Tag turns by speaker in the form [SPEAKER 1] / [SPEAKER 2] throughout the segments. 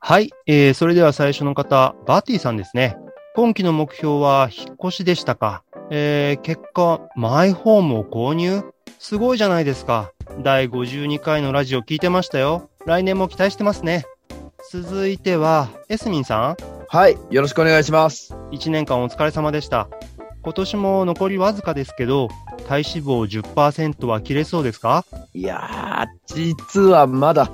[SPEAKER 1] はい、えー、それでは最初の方、バーティさんですね。今期の目標は引っ越しでしたか。えー、結果、マイホームを購入すごいじゃないですか。第52回のラジオ聞いてましたよ。来年も期待してますね。続いては、エスミンさん。
[SPEAKER 2] はい、よろしくお願いします。
[SPEAKER 1] 1年間お疲れ様でした。今年も残りわずかですけど、体脂肪10%は切れそうですか
[SPEAKER 2] いやー、実はまだ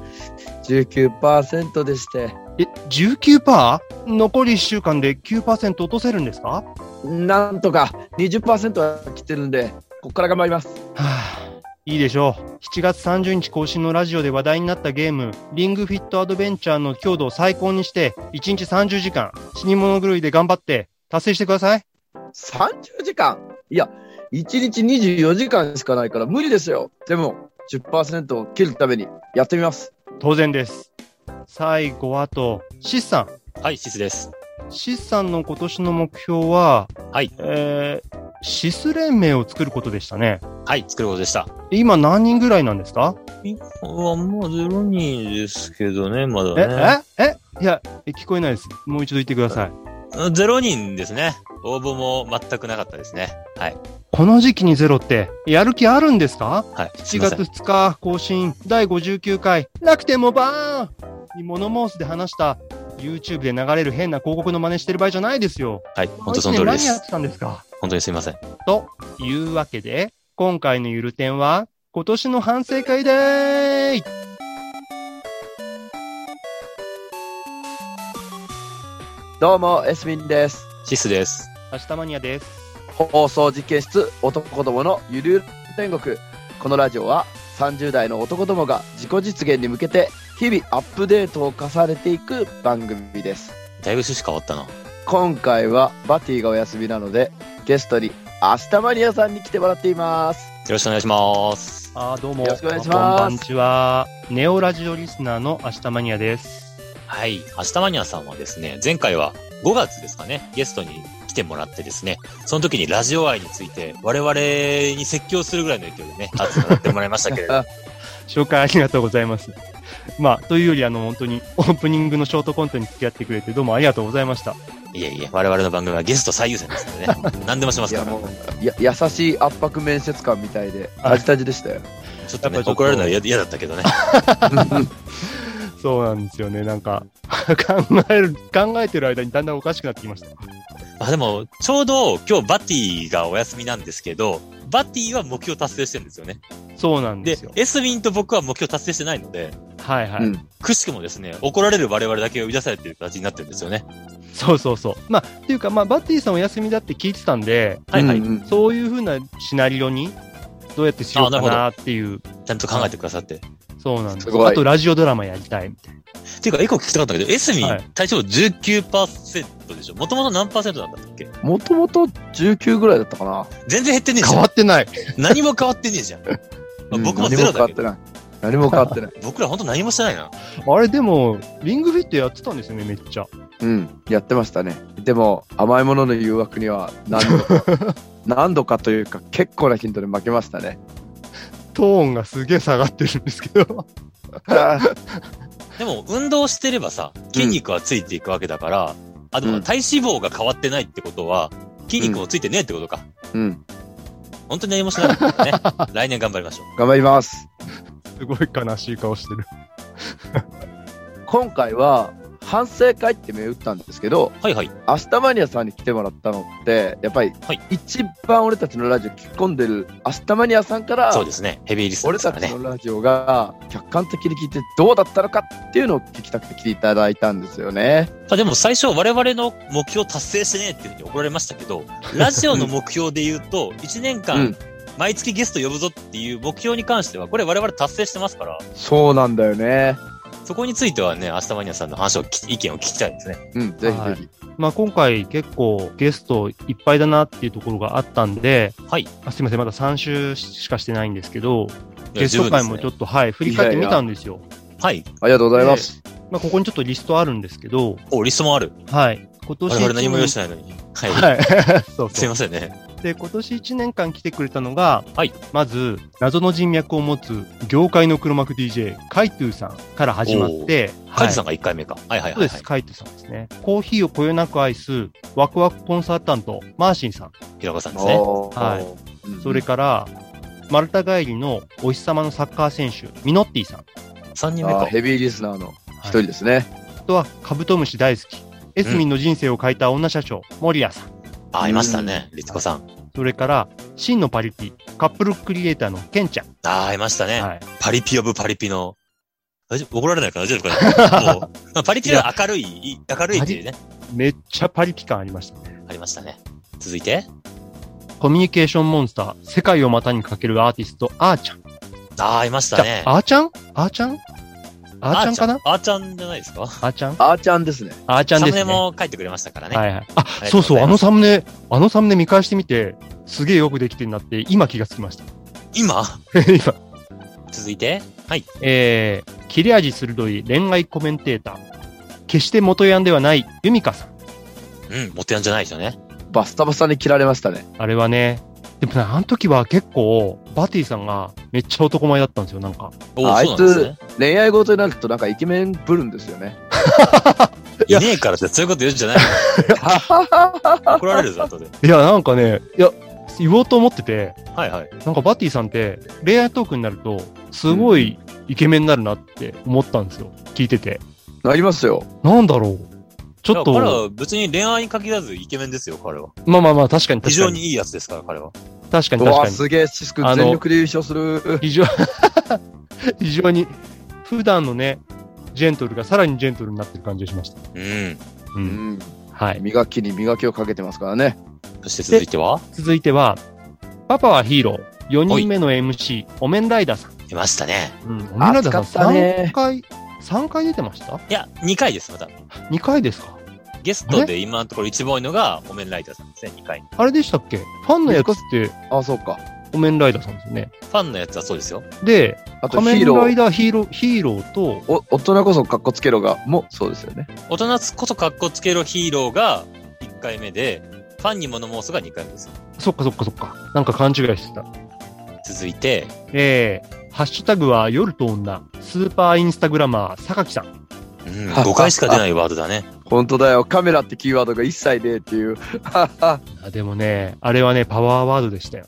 [SPEAKER 2] 19%でして、
[SPEAKER 1] え、19%? 残り1週間で9%落とせるんですかは
[SPEAKER 2] なんとか20%は切ってるんで、こっから頑張ります。
[SPEAKER 1] あ、いいでしょう。7月30日更新のラジオで話題になったゲーム、リングフィットアドベンチャーの強度を最高にして、1日30時間、死に物狂いで頑張って、達成してください。
[SPEAKER 2] 30時間いや、1日24時間しかないから無理ですよ。でも、10%を切るためにやってみます。
[SPEAKER 1] 当然です。最後はと、シスさん。
[SPEAKER 3] はい、シスです。
[SPEAKER 1] シスさんの今年の目標は、
[SPEAKER 3] はい
[SPEAKER 1] えー、シス連盟を作ることでしたね。
[SPEAKER 3] はい、作ることでした。
[SPEAKER 1] 今何人ぐらいなんですか
[SPEAKER 3] 今はもう0人ですけどね、ま
[SPEAKER 1] え、
[SPEAKER 3] だね。
[SPEAKER 1] え、えいや、え聞こえないです。もう一度言ってください。
[SPEAKER 3] 0人ですね。応募も全くなかったですね。はい。
[SPEAKER 1] この時期にゼロって、やる気あるんですか
[SPEAKER 3] はい。す
[SPEAKER 1] ?7
[SPEAKER 3] いませ
[SPEAKER 1] 月2
[SPEAKER 3] ん
[SPEAKER 1] 日更新第59回、なくてもバーンに物申すで話した、YouTube で流れる変な広告の真似してる場合じゃないですよ。
[SPEAKER 3] はい、本当その通りで
[SPEAKER 1] こ一年何やっ
[SPEAKER 3] す。
[SPEAKER 1] てたんですか
[SPEAKER 3] 本当にすいません。
[SPEAKER 1] というわけで、今回のゆる点は、今年の反省会でーい
[SPEAKER 2] どうも、エスミンです。
[SPEAKER 3] シスです。
[SPEAKER 1] 明日マニアです。
[SPEAKER 2] 放送実験室男どものゆるゆる天国このラジオは30代の男どもが自己実現に向けて日々アップデートを重ねていく番組です
[SPEAKER 3] だいぶ趣旨変わったな。
[SPEAKER 2] 今回はバティがお休みなのでゲストに明日マニアさんに来てもらっています
[SPEAKER 3] よろしくお願いします。
[SPEAKER 1] あーどうも。
[SPEAKER 2] よろしくお願いし
[SPEAKER 1] こ
[SPEAKER 2] ます
[SPEAKER 1] んばんちは。ネオラジオリスナーの明日マニアです。
[SPEAKER 3] はい。明日マニアさんはですね、前回は5月ですかね、ゲストに来てもらってですね、その時にラジオ愛について我々に説教するぐらいの勢いでね、熱くなってもらいましたけ れど、
[SPEAKER 1] 紹介ありがとうございます。まあ、というより、あの、本当にオープニングのショートコントに付き合ってくれて、どうもありがとうございました。
[SPEAKER 3] いえいえ、我々の番組はゲスト最優先ですからね、何でもしま
[SPEAKER 2] い
[SPEAKER 3] す
[SPEAKER 2] や
[SPEAKER 3] から。
[SPEAKER 2] もうや優しい圧迫面接官みたいで
[SPEAKER 1] はい
[SPEAKER 2] タジタジでしたよ
[SPEAKER 3] ちょっ
[SPEAKER 1] やっぱ
[SPEAKER 3] とね、
[SPEAKER 1] りちょっと
[SPEAKER 3] 怒られるのは嫌嫌だったけどね。
[SPEAKER 1] そうなんですよね。なんか、 考える、考えてる間にだんだんおかしくなってきました。
[SPEAKER 3] まあでも、ちょうど今日バティがお休みなんですけど、バティは目標達成してるんですよね。
[SPEAKER 1] そうなんで
[SPEAKER 3] です
[SPEAKER 1] よ、。
[SPEAKER 3] エスビンと僕は目標達成してないので、
[SPEAKER 1] はいはい。
[SPEAKER 2] うん
[SPEAKER 3] くしくもですね、怒られる我々だけが生み出されてる形になってるんですよね。
[SPEAKER 1] そうそうそう。まあ、っていうか、まあ、バッティさんお休みだって聞いてたんで、
[SPEAKER 3] はいはい。
[SPEAKER 2] うんうん
[SPEAKER 1] そういうふうなシナリオに、どうやってしようか
[SPEAKER 3] あなるほ
[SPEAKER 1] なっていう、
[SPEAKER 3] ちゃんと考えてくださって。
[SPEAKER 1] そうなんです
[SPEAKER 2] すごい
[SPEAKER 1] あと、ラジオドラマやりたいみたいな。
[SPEAKER 3] っていうか、エコ聞きたかったんだけど、エスミン
[SPEAKER 1] はい、
[SPEAKER 3] 体調19%でしょもともと何パーセントなんだったっけ
[SPEAKER 2] もともと19ぐらいだったかな、
[SPEAKER 3] 全然減ってねえじ
[SPEAKER 1] 変
[SPEAKER 3] ゃ
[SPEAKER 1] わ
[SPEAKER 3] ん。
[SPEAKER 1] ってない。
[SPEAKER 3] 何も変わってね えじゃん。まあ僕も
[SPEAKER 2] うん
[SPEAKER 3] ゼ
[SPEAKER 2] 何
[SPEAKER 3] ロ
[SPEAKER 2] も変わ
[SPEAKER 3] だ
[SPEAKER 2] っ
[SPEAKER 3] け
[SPEAKER 2] て
[SPEAKER 3] ど、
[SPEAKER 2] ない何も変わってない
[SPEAKER 3] 僕ら本当何もしてないな。
[SPEAKER 1] あれ、でも、リングフィットやってたんですよね、めっちゃ。
[SPEAKER 2] うん、やってましたね。でも、甘いものの誘惑には何度か、何度かというか、結構な頻度で負けましたね。
[SPEAKER 1] トーンがすげえ下がってるんですけど。
[SPEAKER 3] でも、運動してればさ、筋肉はついていくわけだから、あ、で
[SPEAKER 2] う
[SPEAKER 3] も
[SPEAKER 2] ん
[SPEAKER 3] 体脂肪が変わってないってことは、筋肉もついてねえってことか。
[SPEAKER 2] うん、
[SPEAKER 3] 本当に何もしなかった からね。来年頑張りましょ
[SPEAKER 2] 頑張ります。
[SPEAKER 1] すごい悲しい顔してる。
[SPEAKER 2] 今回は、反省会って銘打ったんですけど、
[SPEAKER 3] う。はいはい。
[SPEAKER 2] 明日マニアさんに来てもらったのって、やっぱり
[SPEAKER 3] はい、
[SPEAKER 2] 一番俺たちのラジオ聞き込んでる明日マニアさんから、
[SPEAKER 3] そうですね。ヘビーリスナー
[SPEAKER 2] 俺
[SPEAKER 3] です
[SPEAKER 2] た
[SPEAKER 3] から
[SPEAKER 2] ち
[SPEAKER 3] ね。
[SPEAKER 2] のラジオが客観的に聞いてどうだったのかっていうのを聞きたくて来ていただいたんですよね。
[SPEAKER 3] まあでも最初我々の目標達成してねえっていうふうに怒られました けど、ラジオの目標で言うと、1年
[SPEAKER 2] うん
[SPEAKER 3] 間、毎月ゲスト呼ぶぞっていう目標に関しては、これ我々達成してますから、
[SPEAKER 2] そうなんだよね。
[SPEAKER 3] そこについてはね、明日マニアさんの話をき、意見を聞きたいですね。
[SPEAKER 2] うん、ぜひ
[SPEAKER 1] はい
[SPEAKER 2] ぜひ。
[SPEAKER 1] まあ、今回結構ゲストいっぱいだなっていうところがあったんで、
[SPEAKER 3] はい。
[SPEAKER 1] あすいません、まだ3週しかしてないんですけど、
[SPEAKER 3] いや
[SPEAKER 1] ゲスト会もちょ
[SPEAKER 3] 十分で
[SPEAKER 1] っと、はい、振り返ってみたんですよ。
[SPEAKER 3] すねはい。
[SPEAKER 2] ありがとうございます。
[SPEAKER 1] まあ、ここにちょっとリストあるんですけど、
[SPEAKER 3] お、リストもある。
[SPEAKER 1] はい。今年
[SPEAKER 3] 我々何も用意し
[SPEAKER 1] 一
[SPEAKER 3] てないのに。はい。
[SPEAKER 1] 年はい。そう
[SPEAKER 3] す
[SPEAKER 1] そ。
[SPEAKER 3] いうませんね。
[SPEAKER 1] で、今年1年間来てくれたのが、
[SPEAKER 3] はい
[SPEAKER 1] まず、謎の人脈を持つ、業界の黒幕 DJ、カイトゥーさんから始まって、
[SPEAKER 3] カイジさん
[SPEAKER 1] ん
[SPEAKER 3] が1回目か。はいはい
[SPEAKER 1] そう
[SPEAKER 3] は
[SPEAKER 1] で
[SPEAKER 3] い、はい
[SPEAKER 1] す、。カイトゥーさんですね。コーヒーをこよなく愛す、ワクワクコンサルタント、マーシンさん。
[SPEAKER 3] 平川さんですね。
[SPEAKER 1] は
[SPEAKER 2] はい
[SPEAKER 1] それから、マルタ帰りのお日様のサッカー選手、ミノッティさん。
[SPEAKER 3] 3人目
[SPEAKER 2] あ
[SPEAKER 3] か
[SPEAKER 2] ー。ヘビーリスナーの一人ですね。
[SPEAKER 1] あとは、カブトムシ大好き。エスミンの人生を変えた女社長、森谷さん。
[SPEAKER 3] ああ、いましたね。律子さん。
[SPEAKER 1] それから、真のパリピ、カップルクリエイターのケンちゃん。
[SPEAKER 3] ああ、いましたね。
[SPEAKER 1] はい。
[SPEAKER 3] パリピオブパリピの。大丈夫怒られないかな大丈夫か なもうまあパリピは明るいい、明るいっていうね、
[SPEAKER 1] めっちゃパリピ感ありましたね。
[SPEAKER 3] ありましたね。続いて、
[SPEAKER 1] コミュニケーションモンスター、世界を股にかけるアーティスト、あーちゃん。
[SPEAKER 3] ああ、いましたね。
[SPEAKER 1] あーちゃんあーちゃんあーちゃんかな
[SPEAKER 3] あーちゃんあーちゃんじゃないですか
[SPEAKER 1] あーちゃん
[SPEAKER 2] あーちゃんですね。
[SPEAKER 1] あーちゃんですね。
[SPEAKER 3] サムネも書いてくれましたからね。
[SPEAKER 1] はいはい。あ、
[SPEAKER 3] りがと
[SPEAKER 1] そう
[SPEAKER 3] ございま
[SPEAKER 1] う
[SPEAKER 3] す
[SPEAKER 1] そう、あのサムネ、あのサムネ見返してみて、すげえよくできてるなって、今気がつきました。
[SPEAKER 3] 今
[SPEAKER 1] 今。
[SPEAKER 3] 続いて、はい。
[SPEAKER 1] えー、切れ味鋭い恋愛コメンテーター。決して元ヤンではないユミカさん。
[SPEAKER 3] うん、モテヤンじゃないですよね。
[SPEAKER 2] バスタバスタに切られましたね。
[SPEAKER 1] あれはね、でもね、あの時は結構、バティさんがめっちゃ男前だったんですよ、なんか。
[SPEAKER 3] お
[SPEAKER 2] あ
[SPEAKER 3] ー
[SPEAKER 2] あい
[SPEAKER 3] そう
[SPEAKER 2] つ
[SPEAKER 3] なんですね。
[SPEAKER 2] 恋愛事になるとなんかイケメンぶるんですよね。
[SPEAKER 1] い
[SPEAKER 3] い
[SPEAKER 1] や
[SPEAKER 3] ねえからってそういうこと言うんじゃない の怒られるぞ、後で。
[SPEAKER 1] いや、なんかね、いや、言おうと思ってて、
[SPEAKER 3] はいはい。
[SPEAKER 1] なんかバティさんって、恋愛トークになると、すごいイケメンになるなって思ったんですよ、聞いてて。
[SPEAKER 2] なりますよ。
[SPEAKER 1] なんだろう。ちょっ
[SPEAKER 3] 彼
[SPEAKER 1] と、
[SPEAKER 3] は別に恋愛に限らずイケメンですよ、彼は。
[SPEAKER 1] まあまあまあ、確かに
[SPEAKER 3] 非
[SPEAKER 1] 確
[SPEAKER 3] 常
[SPEAKER 1] か
[SPEAKER 3] に
[SPEAKER 1] に。
[SPEAKER 3] いいやつですから、彼は。
[SPEAKER 1] 確か
[SPEAKER 2] う
[SPEAKER 1] に確
[SPEAKER 2] わ、
[SPEAKER 1] かに。
[SPEAKER 2] すげえ、シスク
[SPEAKER 1] あの
[SPEAKER 2] 全力で優勝する。
[SPEAKER 1] 非常、 非常に、普段のね、ジェントルがさらにジェントルになってる感じがしました。
[SPEAKER 3] うん。
[SPEAKER 1] う。
[SPEAKER 2] うんん。
[SPEAKER 1] はい。
[SPEAKER 2] 磨きに磨きをかけてますからね。
[SPEAKER 3] そして続いては
[SPEAKER 1] 続いては、パパはヒーロー、4人目の MC、お面ライダーさん。
[SPEAKER 3] いましたね。
[SPEAKER 1] うん、お面ライダー
[SPEAKER 2] 暑かっ
[SPEAKER 1] さ
[SPEAKER 2] た
[SPEAKER 1] ん、
[SPEAKER 2] ね
[SPEAKER 1] 3回、3回出てました
[SPEAKER 3] いや、2回です、また。
[SPEAKER 1] ?2 回ですか
[SPEAKER 3] ゲストで今のところ一番多いのが、お面ライダーさんですね、2回。フ
[SPEAKER 1] あれでしたっけファンのやつって、
[SPEAKER 2] あ、そうか。
[SPEAKER 1] お面ライダーさんですよね。
[SPEAKER 3] ァンのやつはそうですよ。
[SPEAKER 1] で、
[SPEAKER 2] あと
[SPEAKER 1] 仮
[SPEAKER 2] ヒ
[SPEAKER 1] 面
[SPEAKER 2] ーロ
[SPEAKER 1] ライ
[SPEAKER 2] ー。
[SPEAKER 1] ダーヒーロー、ヒーローと、
[SPEAKER 2] お大人こそかっこつけろが、もそうですよね。
[SPEAKER 3] 大人こそ格好つけろヒーローが1回目で、ファンに物申すが2回目です。
[SPEAKER 1] そっかそっかそっか。なんか勘違いしてた。
[SPEAKER 3] 続いて、
[SPEAKER 1] えー、ハッシュタグは夜と女、スーパーインスタグラマー、榊さん。
[SPEAKER 3] うん、5回しか出ないワー ドだね。
[SPEAKER 2] 本当だよ。カメラってキーワードが一切ねえっていう。はは
[SPEAKER 1] あでもね、あれはね、パワーワードでしたよ。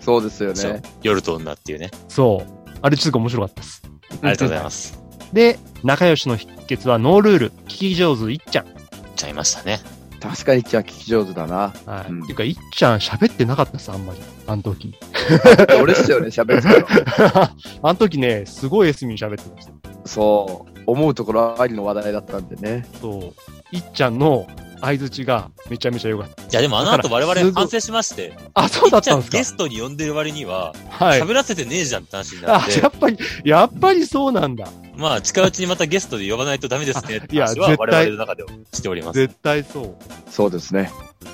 [SPEAKER 2] そうですよ
[SPEAKER 3] そう
[SPEAKER 2] ね。
[SPEAKER 3] 夜と女っていうね。
[SPEAKER 1] そう。あれちょっと面白かったです。
[SPEAKER 3] ありがとうございます。
[SPEAKER 1] で、仲良しの秘訣はノールール、聞き上手、いっちゃん。
[SPEAKER 3] ちゃいましたね。
[SPEAKER 2] 確かにちゃん聞き上手だな。
[SPEAKER 1] はい。
[SPEAKER 2] うん
[SPEAKER 1] っていうか、いっちゃん喋ってなかったさ、あんまり。あの時。
[SPEAKER 2] 俺っすよね、喋ってたの。
[SPEAKER 1] あの時ね、すごいエスミン喋ってました。
[SPEAKER 2] そう。思うところありの話題だったんでね。
[SPEAKER 1] そう。いっちゃんの相づちがめちゃめちゃ良かった。
[SPEAKER 3] いや、でもあの後我
[SPEAKER 1] すご
[SPEAKER 3] 々
[SPEAKER 1] い
[SPEAKER 3] 反省しまして、
[SPEAKER 1] あ、そうだったんです
[SPEAKER 3] いっち
[SPEAKER 1] か
[SPEAKER 3] ゃゲストに呼んでる割には、
[SPEAKER 1] はい。
[SPEAKER 3] 喋らせてねえじゃんって話になっ
[SPEAKER 1] あ、
[SPEAKER 3] て
[SPEAKER 1] や、っぱり、やっぱりそうなんだ。
[SPEAKER 3] まあ、近いうちにまたゲストで呼ばないとダメですねって
[SPEAKER 1] いや
[SPEAKER 3] 話は
[SPEAKER 1] 絶対
[SPEAKER 3] 我々の中ではしております。
[SPEAKER 1] 絶対そう。
[SPEAKER 2] そうですね。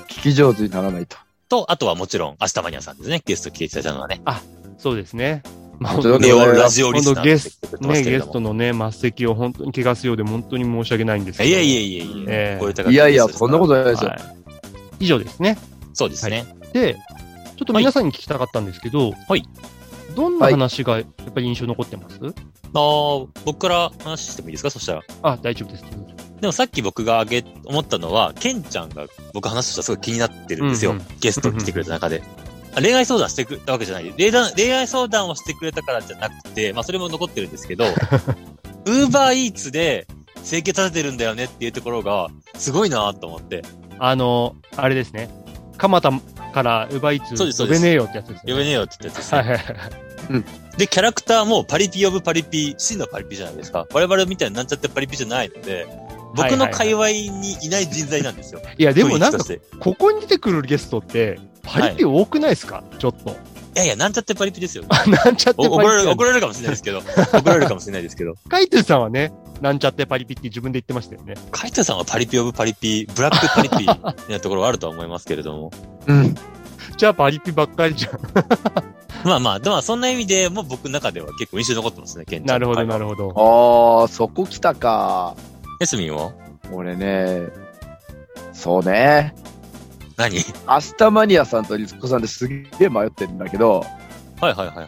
[SPEAKER 2] 聞き上手にならないと。
[SPEAKER 3] と、あとはもちろん、明日マニアさんですね。ゲスト来ていただいたのはね。
[SPEAKER 1] そうですね。まあ、
[SPEAKER 2] 本当だ
[SPEAKER 1] ね
[SPEAKER 2] ね
[SPEAKER 3] ネオラジオリスナーで来てくれてま
[SPEAKER 1] ね、
[SPEAKER 3] したけれ
[SPEAKER 1] ゲ
[SPEAKER 3] ど
[SPEAKER 1] スト
[SPEAKER 3] も。
[SPEAKER 1] のね、末席を本当に汚すようで、本当に申し訳ないんですけど。
[SPEAKER 3] いやい
[SPEAKER 1] え、
[SPEAKER 3] やいやい
[SPEAKER 1] え
[SPEAKER 3] や
[SPEAKER 1] え
[SPEAKER 3] こうた
[SPEAKER 2] いやいや、そんなことないですよ。
[SPEAKER 1] はい。以上ですね。
[SPEAKER 3] そうですね。
[SPEAKER 1] で、ちょっと皆さんに聞きたかったんですけど、
[SPEAKER 3] はい。
[SPEAKER 1] どんな話がやっぱり印象に残ってます、
[SPEAKER 3] あー僕から話してもいいですかそしたら。
[SPEAKER 1] あ、大丈夫です。
[SPEAKER 3] でもさっき僕があげ、思ったのは、ケンちゃんが僕話としてはすごい気になってるんですよ。
[SPEAKER 1] うんうん
[SPEAKER 3] ゲストに来てくれた中で。あ恋愛相談してくれたわけじゃない。恋愛恋愛相談をしてくれたからじゃなくて、まあそれも残ってる んですけど、ウーバーイーツで整形立ててるんだよねっていうところが、すごいなと思って。
[SPEAKER 1] あの、あれですね。蒲田から奪いつ
[SPEAKER 3] そうですそ
[SPEAKER 1] 呼
[SPEAKER 3] うです
[SPEAKER 1] べねえよってやつですね。
[SPEAKER 3] やめねえよって言ったやつです
[SPEAKER 1] は
[SPEAKER 3] ね
[SPEAKER 1] い。はいはい。
[SPEAKER 3] で、キャラクターもパリピ呼ぶパリピ、真のパリピじゃないですか。我々みたいになんちゃってパリピじゃないので、僕の界隈にいない人材なんですよ。
[SPEAKER 1] いや、でもなん
[SPEAKER 3] 雰囲
[SPEAKER 1] か
[SPEAKER 3] 気、として
[SPEAKER 1] ここに出てくるゲストって、パリピ多くないですか、ちょっと。
[SPEAKER 3] いやいや、なんちゃってパリピですよ。
[SPEAKER 1] なんちゃって
[SPEAKER 3] お怒
[SPEAKER 1] パリピ
[SPEAKER 3] られる、
[SPEAKER 1] なん
[SPEAKER 3] 怒
[SPEAKER 1] だ。
[SPEAKER 3] られるかもしれないですけど、怒られるかもしれないです けど、
[SPEAKER 1] カイトゥさんはね、なんちゃってパリピって自分で言ってましたよね。
[SPEAKER 3] カイトさんはパリピオブパリピ、ブラックパリ ピなところはあるとは思いますけれども、
[SPEAKER 2] うん。
[SPEAKER 1] じゃあパリピばっかりじゃん。
[SPEAKER 3] まあまあ、でもそんな意味でも僕の中では結構印象に残ってますね、ケンちゃ
[SPEAKER 1] なんるほど、な
[SPEAKER 3] ほ
[SPEAKER 1] るほど。
[SPEAKER 2] ああ、そこ来たか。
[SPEAKER 3] ど。エスミンは
[SPEAKER 2] 俺ね、そうね。
[SPEAKER 3] 何
[SPEAKER 2] 明日マニアさんとリツコさんですげえ迷ってるんだけど、
[SPEAKER 3] はいはいはいはい。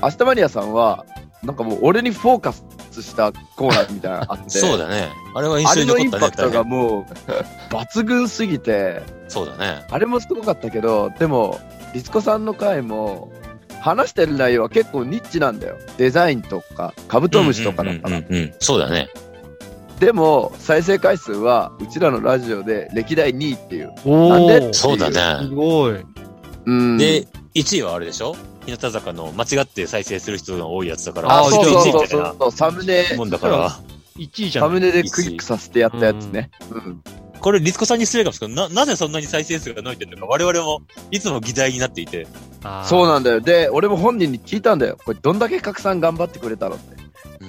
[SPEAKER 2] 明日マニアさんは、なんかもう俺にフォーカスしたコーナーみたいなのあって、
[SPEAKER 3] そうだね。あれは印
[SPEAKER 2] あ
[SPEAKER 3] 象
[SPEAKER 2] れ
[SPEAKER 3] に
[SPEAKER 2] のイ
[SPEAKER 3] 残
[SPEAKER 2] ンパ
[SPEAKER 3] ったね
[SPEAKER 2] ク。ト
[SPEAKER 3] 大
[SPEAKER 2] が
[SPEAKER 3] 変
[SPEAKER 2] もう 抜群すぎて、
[SPEAKER 3] そうだね。
[SPEAKER 2] あれもすごかったけど、でも、リツコさんの回も、話してる内容は結構ニッチなんだよ。デザインとか、カブトムシとかだった
[SPEAKER 3] うん
[SPEAKER 2] ら
[SPEAKER 3] う。んうんうんそうだね。
[SPEAKER 2] でも、再生回数は、うちらのラジオで歴代2位っていう。
[SPEAKER 1] お
[SPEAKER 2] なん
[SPEAKER 1] ー
[SPEAKER 2] で
[SPEAKER 1] そ
[SPEAKER 3] そうだ
[SPEAKER 1] うす
[SPEAKER 3] ね。
[SPEAKER 1] ごい。
[SPEAKER 2] うん。
[SPEAKER 3] で、1位はあれでしょ日向坂の間違って再生する人が多いやつだから、
[SPEAKER 2] あ、
[SPEAKER 1] ー
[SPEAKER 2] そう
[SPEAKER 3] 一
[SPEAKER 2] そう
[SPEAKER 3] 応1
[SPEAKER 2] そう
[SPEAKER 3] 位みたい
[SPEAKER 2] そう
[SPEAKER 3] な
[SPEAKER 2] そう、サムネ、
[SPEAKER 3] もんだから、
[SPEAKER 1] 1位じゃ
[SPEAKER 2] サ
[SPEAKER 1] ん。
[SPEAKER 2] ムネでクリックさせてやったやつね。うん。
[SPEAKER 3] これ、律子さんに失礼かもしれないけどな、なぜそんなに再生数が伸びてるのか、我々もいつも議題になっていて。
[SPEAKER 1] あー
[SPEAKER 2] そうなんだよ。で、俺も本人に聞いたんだよ。これ、どんだけ拡散頑張ってくれたのって。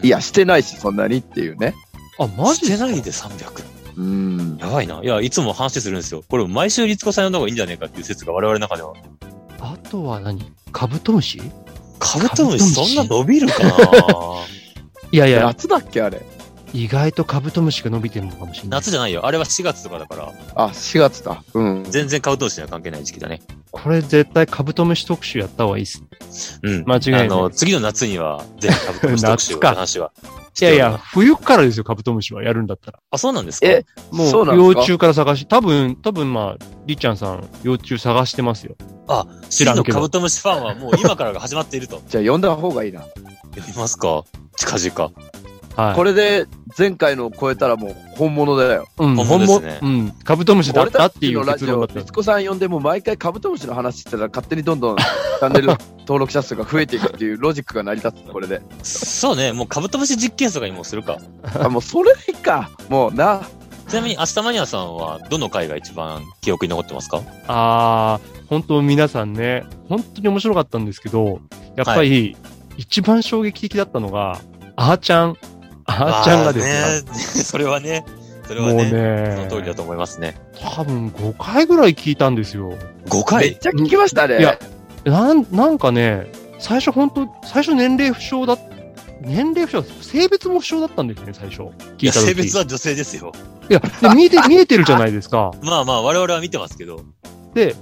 [SPEAKER 2] いや、、してないし、そんなにっていうね。
[SPEAKER 1] あ、マジ
[SPEAKER 3] して
[SPEAKER 1] で
[SPEAKER 3] ないで300。
[SPEAKER 2] うん。
[SPEAKER 3] やばいな。いや、いつも話するんですよ。これ、毎週律子さん呼んだ方がいいんじゃねえかっていう説が我々の中では。
[SPEAKER 1] あとは何カブトムシ
[SPEAKER 3] カブト
[SPEAKER 1] カブト
[SPEAKER 3] ムシ、
[SPEAKER 1] ム
[SPEAKER 3] そん
[SPEAKER 1] シ
[SPEAKER 3] な伸びるかな
[SPEAKER 1] いやいや、
[SPEAKER 2] 夏だっけ、あれ。
[SPEAKER 1] 意外とカブトムシが伸びてるのかもしれない。
[SPEAKER 3] 夏じゃないよ。あれは4月とかだから、
[SPEAKER 2] あ、4月だ。うん。
[SPEAKER 3] 全然カブトムシには関係ない時期だね。
[SPEAKER 1] これ絶対カブトムシ特集やった方がいいっす。
[SPEAKER 3] うん。
[SPEAKER 1] 間違いない
[SPEAKER 3] あの、次の夏には、ぜひカブトムシ特集
[SPEAKER 1] 夏
[SPEAKER 3] の
[SPEAKER 1] か
[SPEAKER 3] 話は。
[SPEAKER 1] いやいや、冬からですよ、カブトムシはやるんだったら。
[SPEAKER 3] あ、そうなんですか
[SPEAKER 2] え
[SPEAKER 1] も
[SPEAKER 2] そう
[SPEAKER 1] う、
[SPEAKER 2] なんですか
[SPEAKER 1] 幼虫から探し、多分、多分まあ、りっちゃんさん、幼虫探してますよ。
[SPEAKER 3] あ、
[SPEAKER 1] 知
[SPEAKER 3] 知
[SPEAKER 1] ら
[SPEAKER 3] ら
[SPEAKER 1] ん
[SPEAKER 3] ん
[SPEAKER 1] け
[SPEAKER 3] け
[SPEAKER 1] ど
[SPEAKER 3] カブトムシファンはもう今からが始まっている と。
[SPEAKER 2] じゃあ、呼んだ方がいいな。
[SPEAKER 3] 読みますか近々。
[SPEAKER 1] はい。
[SPEAKER 2] これで、前回のを超えたらもう本物だよ。
[SPEAKER 1] うん、
[SPEAKER 3] 本物ですね
[SPEAKER 1] 本物うん、カブトムシだっ
[SPEAKER 2] 俺
[SPEAKER 1] た
[SPEAKER 2] た
[SPEAKER 1] って
[SPEAKER 2] ち
[SPEAKER 1] い
[SPEAKER 2] の
[SPEAKER 1] う
[SPEAKER 2] ラ
[SPEAKER 1] 結
[SPEAKER 2] ジ
[SPEAKER 1] 論だ
[SPEAKER 2] オ、
[SPEAKER 1] った
[SPEAKER 2] リ。ツコさん呼んでも毎回カブトムシの話してたら勝手にどんどんチャンネル 登録者数が増えていくっていうロジックが成り立つ、これで。
[SPEAKER 3] そうね、もうカブトムシ実験とかにもうするか。
[SPEAKER 2] あ、もうそれでいいか。もうな。
[SPEAKER 3] ちなみに、明日マニアさんは、どの回が一番記憶に残ってますか
[SPEAKER 1] あー、本当皆さんね、本当に面白かったんですけど、やっぱり、一番衝撃的だったのが、あーちゃん。あーちゃんがですね、
[SPEAKER 3] まあね それはね、それは
[SPEAKER 1] もう
[SPEAKER 3] ね、そ
[SPEAKER 1] ね
[SPEAKER 3] の、通りだと思いますね。
[SPEAKER 1] 多分5回ぐらい聞いたんですよ。
[SPEAKER 3] 5
[SPEAKER 2] めっ
[SPEAKER 3] 回
[SPEAKER 2] ちゃ聞きましたね。
[SPEAKER 1] いや、なん、なんかね、最初本当最初年齢不詳だ、年齢不詳、性別も不詳だったんですね、最初。
[SPEAKER 3] い
[SPEAKER 1] 聞い
[SPEAKER 3] や、
[SPEAKER 1] た時
[SPEAKER 3] 性別は女性ですよ。
[SPEAKER 1] いや、で見えて、見えてるじゃないですか。
[SPEAKER 3] まあまあ、我々は見てますけど。
[SPEAKER 1] で、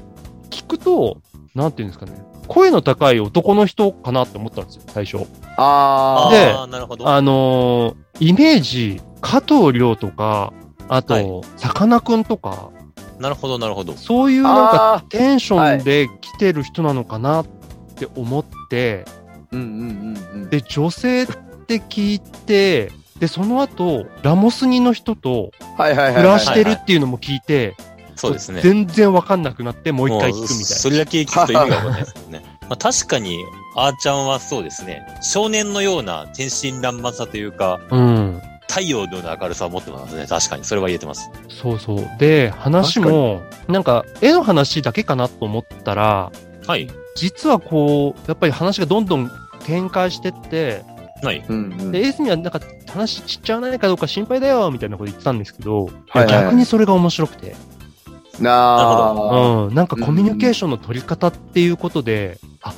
[SPEAKER 1] 聞くと、なんていうんですかね、声の高い男の人かなって思ったんですよ、最初。
[SPEAKER 2] あー
[SPEAKER 1] で
[SPEAKER 3] あー、なるほど。
[SPEAKER 1] あのーイメージ、加藤亮とか、あ
[SPEAKER 3] はい
[SPEAKER 1] と、さかなクンとか、
[SPEAKER 3] なるほど、なるほど。
[SPEAKER 1] そういうなんか
[SPEAKER 2] あ
[SPEAKER 1] テンションで来てる人なのかなって思って、
[SPEAKER 2] ーうんうんうんうん。
[SPEAKER 1] で、女性って聞いて、で、その後、ラモスニの人と
[SPEAKER 2] はいはいはい、は
[SPEAKER 1] 暮
[SPEAKER 2] い。
[SPEAKER 1] らしてるっていうのも聞いて、
[SPEAKER 3] そうですね。
[SPEAKER 1] 全然わかんなくなって、もう一回聞くみたい
[SPEAKER 3] もう
[SPEAKER 1] な。
[SPEAKER 3] それだけ聞くと意味がわかんないですよね。まあ確かに、あーちゃんはそうですね。少年のような天真爛漫さというか、
[SPEAKER 1] うん。
[SPEAKER 3] 太陽のような明るさを持ってますね。確かに。それは言えてます。
[SPEAKER 1] そうそう。で、話も、なんか、絵の話だけかなと思ったら、
[SPEAKER 3] はい。
[SPEAKER 1] 実はこう、やっぱり話がどんどん展開してって、
[SPEAKER 3] はい。
[SPEAKER 2] うんうん
[SPEAKER 1] で、エースにはなんか、話ちっちゃわないかどうか心配だよ、みたいなこと言ってたんですけど、
[SPEAKER 2] はいはいはい
[SPEAKER 1] 逆にそれが面白くて、
[SPEAKER 2] な
[SPEAKER 3] な
[SPEAKER 2] あ、
[SPEAKER 1] うん、なんかコミュニケーションの取り方っていうことで、あ、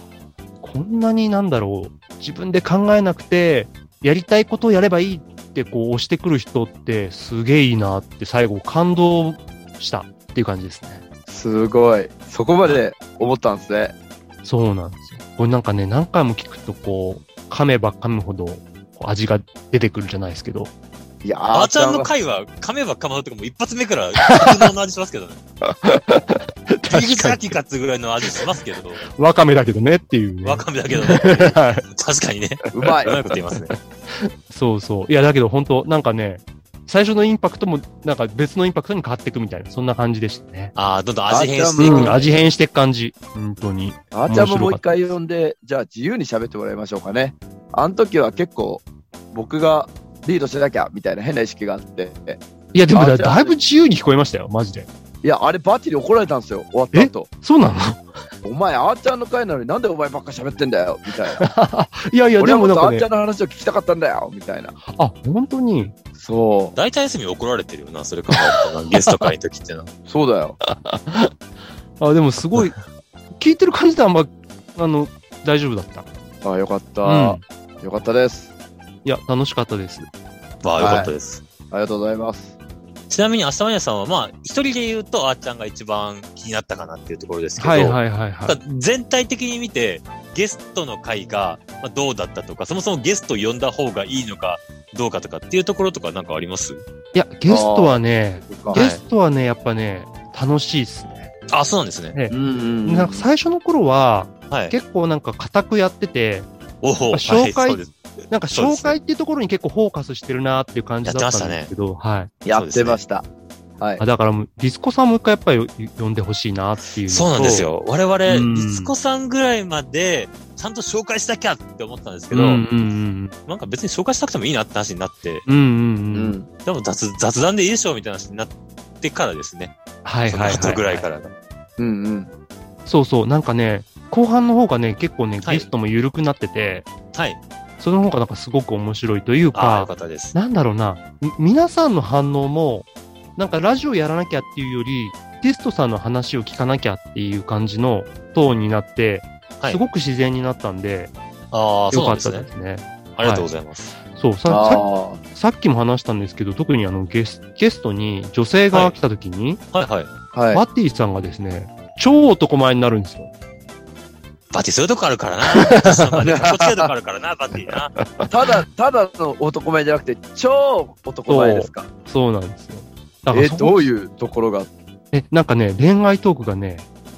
[SPEAKER 1] こんなになんだろう、自分で考えなくて、やりたいことをやればいいってこう押してくる人ってすげえいいなって最後感動したっていう感じですね。
[SPEAKER 2] すごい。そこまで思ったんですね。
[SPEAKER 1] そうなんですよ。これなんかね、何回も聞くと、こう、噛めば噛むほど、こう味が出てくるじゃないです けど。
[SPEAKER 2] いやー
[SPEAKER 3] あーちゃんの回は、噛めば噛まなとかもう一発目 から、普通の味しますけどね。入り口か。きかっつぐらいの味しますけど、
[SPEAKER 1] わかめだけどねっていうね。
[SPEAKER 3] わかめだけ どね。
[SPEAKER 1] はい
[SPEAKER 3] 確かにね。。
[SPEAKER 2] うまいう
[SPEAKER 3] まいこと言いますね。
[SPEAKER 1] そうそう。いや、だけど本当なんかね、最初のインパクトも、なんか別のインパクトに変わっていくみたいな、そんな感じでしたね。
[SPEAKER 3] ああ、どんどん味変していく。
[SPEAKER 1] うん、味変していく感じ。本当に。
[SPEAKER 2] あーちゃんももう一回呼んで、じゃあ自由に喋ってもらいましょうかね。あの時は結構、僕がリードしなきゃみたいな変な意識があって。
[SPEAKER 1] いや、でもだ
[SPEAKER 2] あじゃあ
[SPEAKER 1] だいぶ自由に聞こえましたよ、マジで。
[SPEAKER 2] いや、あれバーティーに怒られたんですよ、終わった後。
[SPEAKER 1] そうなの
[SPEAKER 2] お前、あーちゃんの回なのになんでお前ばっか喋ってんだよ、みたいな。
[SPEAKER 1] いやいや、
[SPEAKER 2] 俺
[SPEAKER 1] で
[SPEAKER 2] は
[SPEAKER 1] も
[SPEAKER 2] もっ
[SPEAKER 1] なん
[SPEAKER 2] とあ
[SPEAKER 1] か
[SPEAKER 2] ー
[SPEAKER 1] ね
[SPEAKER 2] ちゃ、んの話を聞きたかったんだよ、みたいな。
[SPEAKER 1] あ、本当に。
[SPEAKER 2] そ
[SPEAKER 3] 大体休み怒られてるよな、それ考える とな。ゲスト会の時ってな。
[SPEAKER 2] う、そうだよ。
[SPEAKER 1] あ、でもす ごい、聞いてる感じではあんま、あの、大丈夫だった。
[SPEAKER 2] あよかった、
[SPEAKER 1] うん。
[SPEAKER 2] よかったです。
[SPEAKER 1] いや、楽しかったです。
[SPEAKER 3] まあ、よかったです。
[SPEAKER 2] ありがとうございます。
[SPEAKER 3] ちなみに浅間屋さんは、まあ、一人で言うと、あーちゃんが一番気になったかなっていうところですけど、
[SPEAKER 1] はいはいはい
[SPEAKER 3] な
[SPEAKER 1] は
[SPEAKER 3] んか全体的に見て、ゲストの回がまあどうだったとか、そもそもゲスト呼んだ方がいいのかどうかとかっていうところとかなんかあります
[SPEAKER 1] い。いや、ゲストはね、
[SPEAKER 2] か
[SPEAKER 3] え
[SPEAKER 1] ゲストはね、やっぱね、楽しいっすね。
[SPEAKER 3] あ、そうなんですね。
[SPEAKER 2] うんうん
[SPEAKER 1] なんか最初の頃は、
[SPEAKER 3] はい。
[SPEAKER 1] 結構なんか固くやってて、
[SPEAKER 3] おお、はい、
[SPEAKER 1] 紹介
[SPEAKER 3] そうです。
[SPEAKER 1] なんか
[SPEAKER 3] そうです
[SPEAKER 1] 紹介っていうところに結構フォーカスしてるなっていう感じだったんですけど、はい。
[SPEAKER 2] やってました。はい
[SPEAKER 1] あ。だからもう、ディスコさんもう一回やっぱり呼んでほしいなっていうのと。
[SPEAKER 3] そうなんですよ。我々、
[SPEAKER 1] うん
[SPEAKER 3] リツコさんぐらいまで、ちゃんと紹介しなきゃって思ったんですけ
[SPEAKER 1] うん
[SPEAKER 3] ど、
[SPEAKER 1] うんうん。
[SPEAKER 3] なんか別に紹介しなくてもいいなって話になって、
[SPEAKER 1] うん
[SPEAKER 2] う
[SPEAKER 1] うんうん。
[SPEAKER 2] ん。
[SPEAKER 3] でも雑雑談でいいでしょみたいな話になってからですね。
[SPEAKER 1] はいはいはい、
[SPEAKER 3] その後ぐらいからが。
[SPEAKER 2] うんうん。
[SPEAKER 1] そうそう、なんかね、後半の方がね、結構ね、
[SPEAKER 3] はい
[SPEAKER 1] ゲストも緩くなってて、
[SPEAKER 3] はい。
[SPEAKER 1] その方がなんかすごく面白いという
[SPEAKER 3] ああ、よ
[SPEAKER 1] か
[SPEAKER 3] か、ったです。
[SPEAKER 1] なんだろうな、み皆さんの反応も、なんかラジオやらなきゃっていうより、ゲストさんの話を聞かなきゃっていう感じのトーンになって、
[SPEAKER 3] はい
[SPEAKER 1] すごく自然になったんで、
[SPEAKER 3] ああ、そ
[SPEAKER 1] よか
[SPEAKER 3] うなん
[SPEAKER 1] っ
[SPEAKER 3] で
[SPEAKER 1] た
[SPEAKER 3] す
[SPEAKER 1] で
[SPEAKER 3] ね。
[SPEAKER 1] すね。
[SPEAKER 3] ありがとうございます。
[SPEAKER 1] そうささ
[SPEAKER 2] あ
[SPEAKER 1] さっきも話したんですけど、特にあのゲスゲストに女性が来た時に、
[SPEAKER 3] はい、はい、
[SPEAKER 2] あ。はい。
[SPEAKER 1] バッティさんがですね、超男前になるんですよ。
[SPEAKER 3] バティそういうとこあるからな。 バティこっちがとこあるからな、バティな。
[SPEAKER 2] ただ、ただの男前じゃなくて、超男前ですか。
[SPEAKER 1] そうなんですよ。だから
[SPEAKER 2] え、
[SPEAKER 1] そこ
[SPEAKER 2] どういうところが
[SPEAKER 1] え、なんかね、恋愛トークがね、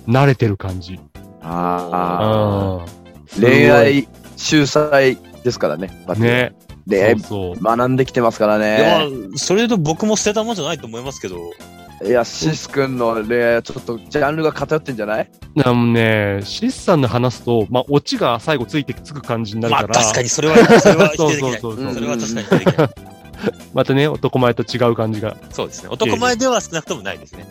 [SPEAKER 1] 慣れてる感じ。うん
[SPEAKER 3] あ
[SPEAKER 2] うん恋。愛、秀才ですからね。バッテリー。
[SPEAKER 1] ね。
[SPEAKER 2] 恋愛、
[SPEAKER 1] そうそう。
[SPEAKER 2] 学んできてますから
[SPEAKER 3] いや
[SPEAKER 2] ね。、
[SPEAKER 3] それと僕も捨てたもんじゃないと思いますけど、
[SPEAKER 2] いや、シス君の恋愛はちょっとジャンルが偏ってんじゃない
[SPEAKER 1] あのね、シスさんの話すと、まあ、オチが最後ついてつく感じになる
[SPEAKER 3] ま
[SPEAKER 1] か
[SPEAKER 3] あ
[SPEAKER 1] ら、
[SPEAKER 3] 確かにそれは、それは否定できない。
[SPEAKER 1] そうそう
[SPEAKER 2] そうそう
[SPEAKER 3] それは確かに否定できない。
[SPEAKER 1] またね、男前と違う感じが。
[SPEAKER 3] そうですね。男前では少なくともないですね。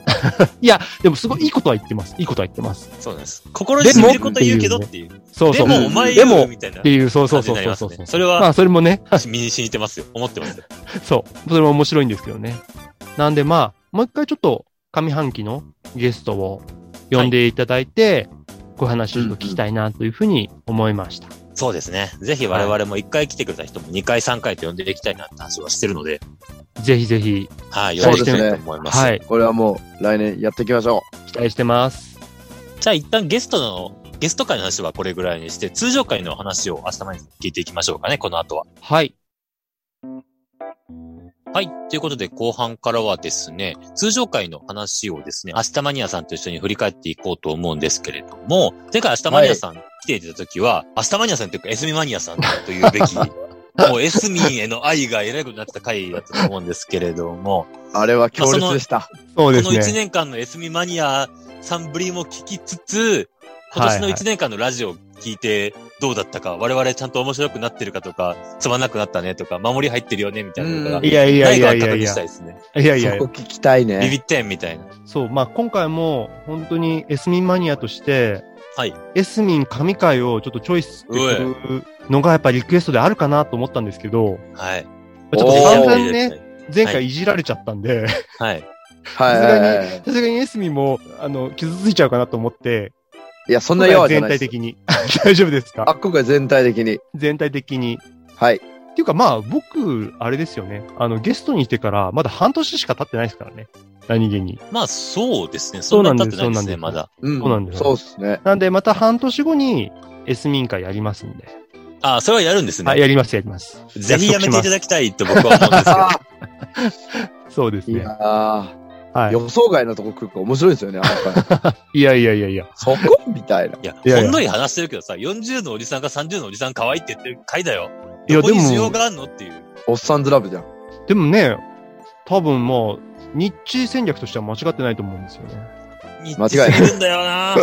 [SPEAKER 1] いや、でもすごいいいことは言ってます。いいことは言ってます。
[SPEAKER 3] そうなんです。心に染みることは言うけどっていう。
[SPEAKER 1] そう
[SPEAKER 3] で
[SPEAKER 1] そう。
[SPEAKER 3] もお前
[SPEAKER 1] で
[SPEAKER 3] 言
[SPEAKER 1] も
[SPEAKER 3] う、みたいな
[SPEAKER 1] って。いう、そうそう
[SPEAKER 3] 感じ
[SPEAKER 1] そう
[SPEAKER 3] になり
[SPEAKER 1] そう
[SPEAKER 3] ます
[SPEAKER 1] そう
[SPEAKER 3] ね。それ
[SPEAKER 1] ま
[SPEAKER 3] は
[SPEAKER 1] あ、それもね、
[SPEAKER 3] 身に染みてますよ。思ってますよ。
[SPEAKER 1] そう。それも面白いんですけどね。なんでまあ、もう一回ちょっと上半期のゲストを呼んでいただいて、こういう話をちょっと聞きたいなというふうに思いました。
[SPEAKER 3] そうですね。ぜひ我々も1回来てくれた人も2回3回と呼んでいきたいなって話はしてるので、
[SPEAKER 1] ぜひぜひ、
[SPEAKER 3] はい、よ
[SPEAKER 1] そう
[SPEAKER 3] ろ
[SPEAKER 1] で
[SPEAKER 3] し
[SPEAKER 1] す
[SPEAKER 3] く
[SPEAKER 1] ね
[SPEAKER 3] と思います。
[SPEAKER 1] はい、
[SPEAKER 2] これはもう来年やっていきましょ
[SPEAKER 1] 期待してます。
[SPEAKER 3] じゃあ一旦ゲストの、ゲスト会の話はこれぐらいにして、通常会の話を明日前に聞いていきましょうかね、この後は。
[SPEAKER 1] はい。
[SPEAKER 3] はい。ということで、後半からはですね、通常会の話をですね、明日マニアさんと一緒に振り返っていこうと思うんですけれども、前回明日マニアさん来ていただいた時は、明日マニアさんというか、エスミマニアさんという べき、もうエスミンへの愛がえらいことになってた回だったと思うんですけれども、
[SPEAKER 2] う。あれは強烈でした。
[SPEAKER 1] そうで
[SPEAKER 3] こ
[SPEAKER 1] す
[SPEAKER 3] の1
[SPEAKER 1] ね。
[SPEAKER 3] 年間のエスミマニアさんぶりも聞きつつ、今年の1年間のラジオを聞いてどうだったか、我々ちゃんと面白くなってるかとか、つまんなくなったねとか、守り入ってるよねみたいなのが
[SPEAKER 2] うん
[SPEAKER 1] いやいや
[SPEAKER 3] ないいか
[SPEAKER 1] や
[SPEAKER 3] ら
[SPEAKER 1] いや
[SPEAKER 3] 確
[SPEAKER 1] い
[SPEAKER 3] 認
[SPEAKER 1] や
[SPEAKER 3] したいですね。
[SPEAKER 1] いやい
[SPEAKER 2] そ
[SPEAKER 1] や
[SPEAKER 2] こ、聞きたい
[SPEAKER 3] ビビ
[SPEAKER 2] ね。
[SPEAKER 3] ってんみたいな。
[SPEAKER 1] そう、まあ今回も本当にエスミンマニアとして、
[SPEAKER 3] はい。
[SPEAKER 1] エスミン神回をちょっとチョイスっていうのがやっぱリクエストであるかなと思ったんですけど、
[SPEAKER 3] はい。
[SPEAKER 1] ちょっと
[SPEAKER 2] おー
[SPEAKER 1] 散
[SPEAKER 3] は
[SPEAKER 1] 々
[SPEAKER 3] い
[SPEAKER 1] ね、。前回いじられちゃったんで、
[SPEAKER 3] はい。
[SPEAKER 2] はいはいはいはい。
[SPEAKER 1] さすがにエスミンも、あの、傷ついちゃうかなと思って、
[SPEAKER 2] いや、そん
[SPEAKER 1] 今
[SPEAKER 2] な
[SPEAKER 1] 回
[SPEAKER 2] 弱
[SPEAKER 1] は
[SPEAKER 2] じゃ
[SPEAKER 1] 全
[SPEAKER 2] な
[SPEAKER 1] 体
[SPEAKER 2] いです。
[SPEAKER 1] 的に。 大丈夫ですか
[SPEAKER 2] あ、今回全体的に。
[SPEAKER 1] 全体的に。
[SPEAKER 2] はい。
[SPEAKER 1] っていうかまあ、僕、あれですよね。あの、ゲストにしてから、まだ半年しか経ってないですからね。何気に。
[SPEAKER 3] まあ、そうですね。
[SPEAKER 1] そ
[SPEAKER 3] そうう
[SPEAKER 1] な
[SPEAKER 3] なんん
[SPEAKER 1] で
[SPEAKER 3] な
[SPEAKER 1] す
[SPEAKER 3] 経ってないですね、
[SPEAKER 1] そうな
[SPEAKER 3] ま
[SPEAKER 1] んです
[SPEAKER 3] だ。
[SPEAKER 2] うん。
[SPEAKER 1] そうなんですよ
[SPEAKER 2] そうですね。
[SPEAKER 1] なんで、また半年後に、エスミン会やりますんで。
[SPEAKER 3] ああ、それはやるんです
[SPEAKER 1] あ、
[SPEAKER 3] ね。
[SPEAKER 1] やります、やります。
[SPEAKER 3] ぜひやめていた
[SPEAKER 1] だ
[SPEAKER 3] だきたいと僕は思うんですけど。
[SPEAKER 2] あ
[SPEAKER 1] そうです
[SPEAKER 2] い
[SPEAKER 1] ね。
[SPEAKER 2] や
[SPEAKER 1] は
[SPEAKER 2] ー
[SPEAKER 1] い。
[SPEAKER 2] 予想外のとこ来るから面白いですよね、あの回
[SPEAKER 1] いやいやいやいや。
[SPEAKER 2] そこみたいな。
[SPEAKER 3] いや
[SPEAKER 1] いやいや
[SPEAKER 3] ほんのり話してるけどさ、40のおじさんが30のおじさん可愛いって言ってる回だよ。
[SPEAKER 1] いや
[SPEAKER 3] どこに
[SPEAKER 1] でも
[SPEAKER 3] 需要があるのっていう。
[SPEAKER 2] おっさんずラブじゃん。
[SPEAKER 1] でもね、多分もう、日中戦略としては間違ってないと思うんですよね。
[SPEAKER 3] ニ
[SPEAKER 2] 間
[SPEAKER 3] ッ
[SPEAKER 2] 違
[SPEAKER 3] チ
[SPEAKER 2] いない
[SPEAKER 3] すぎるんだよな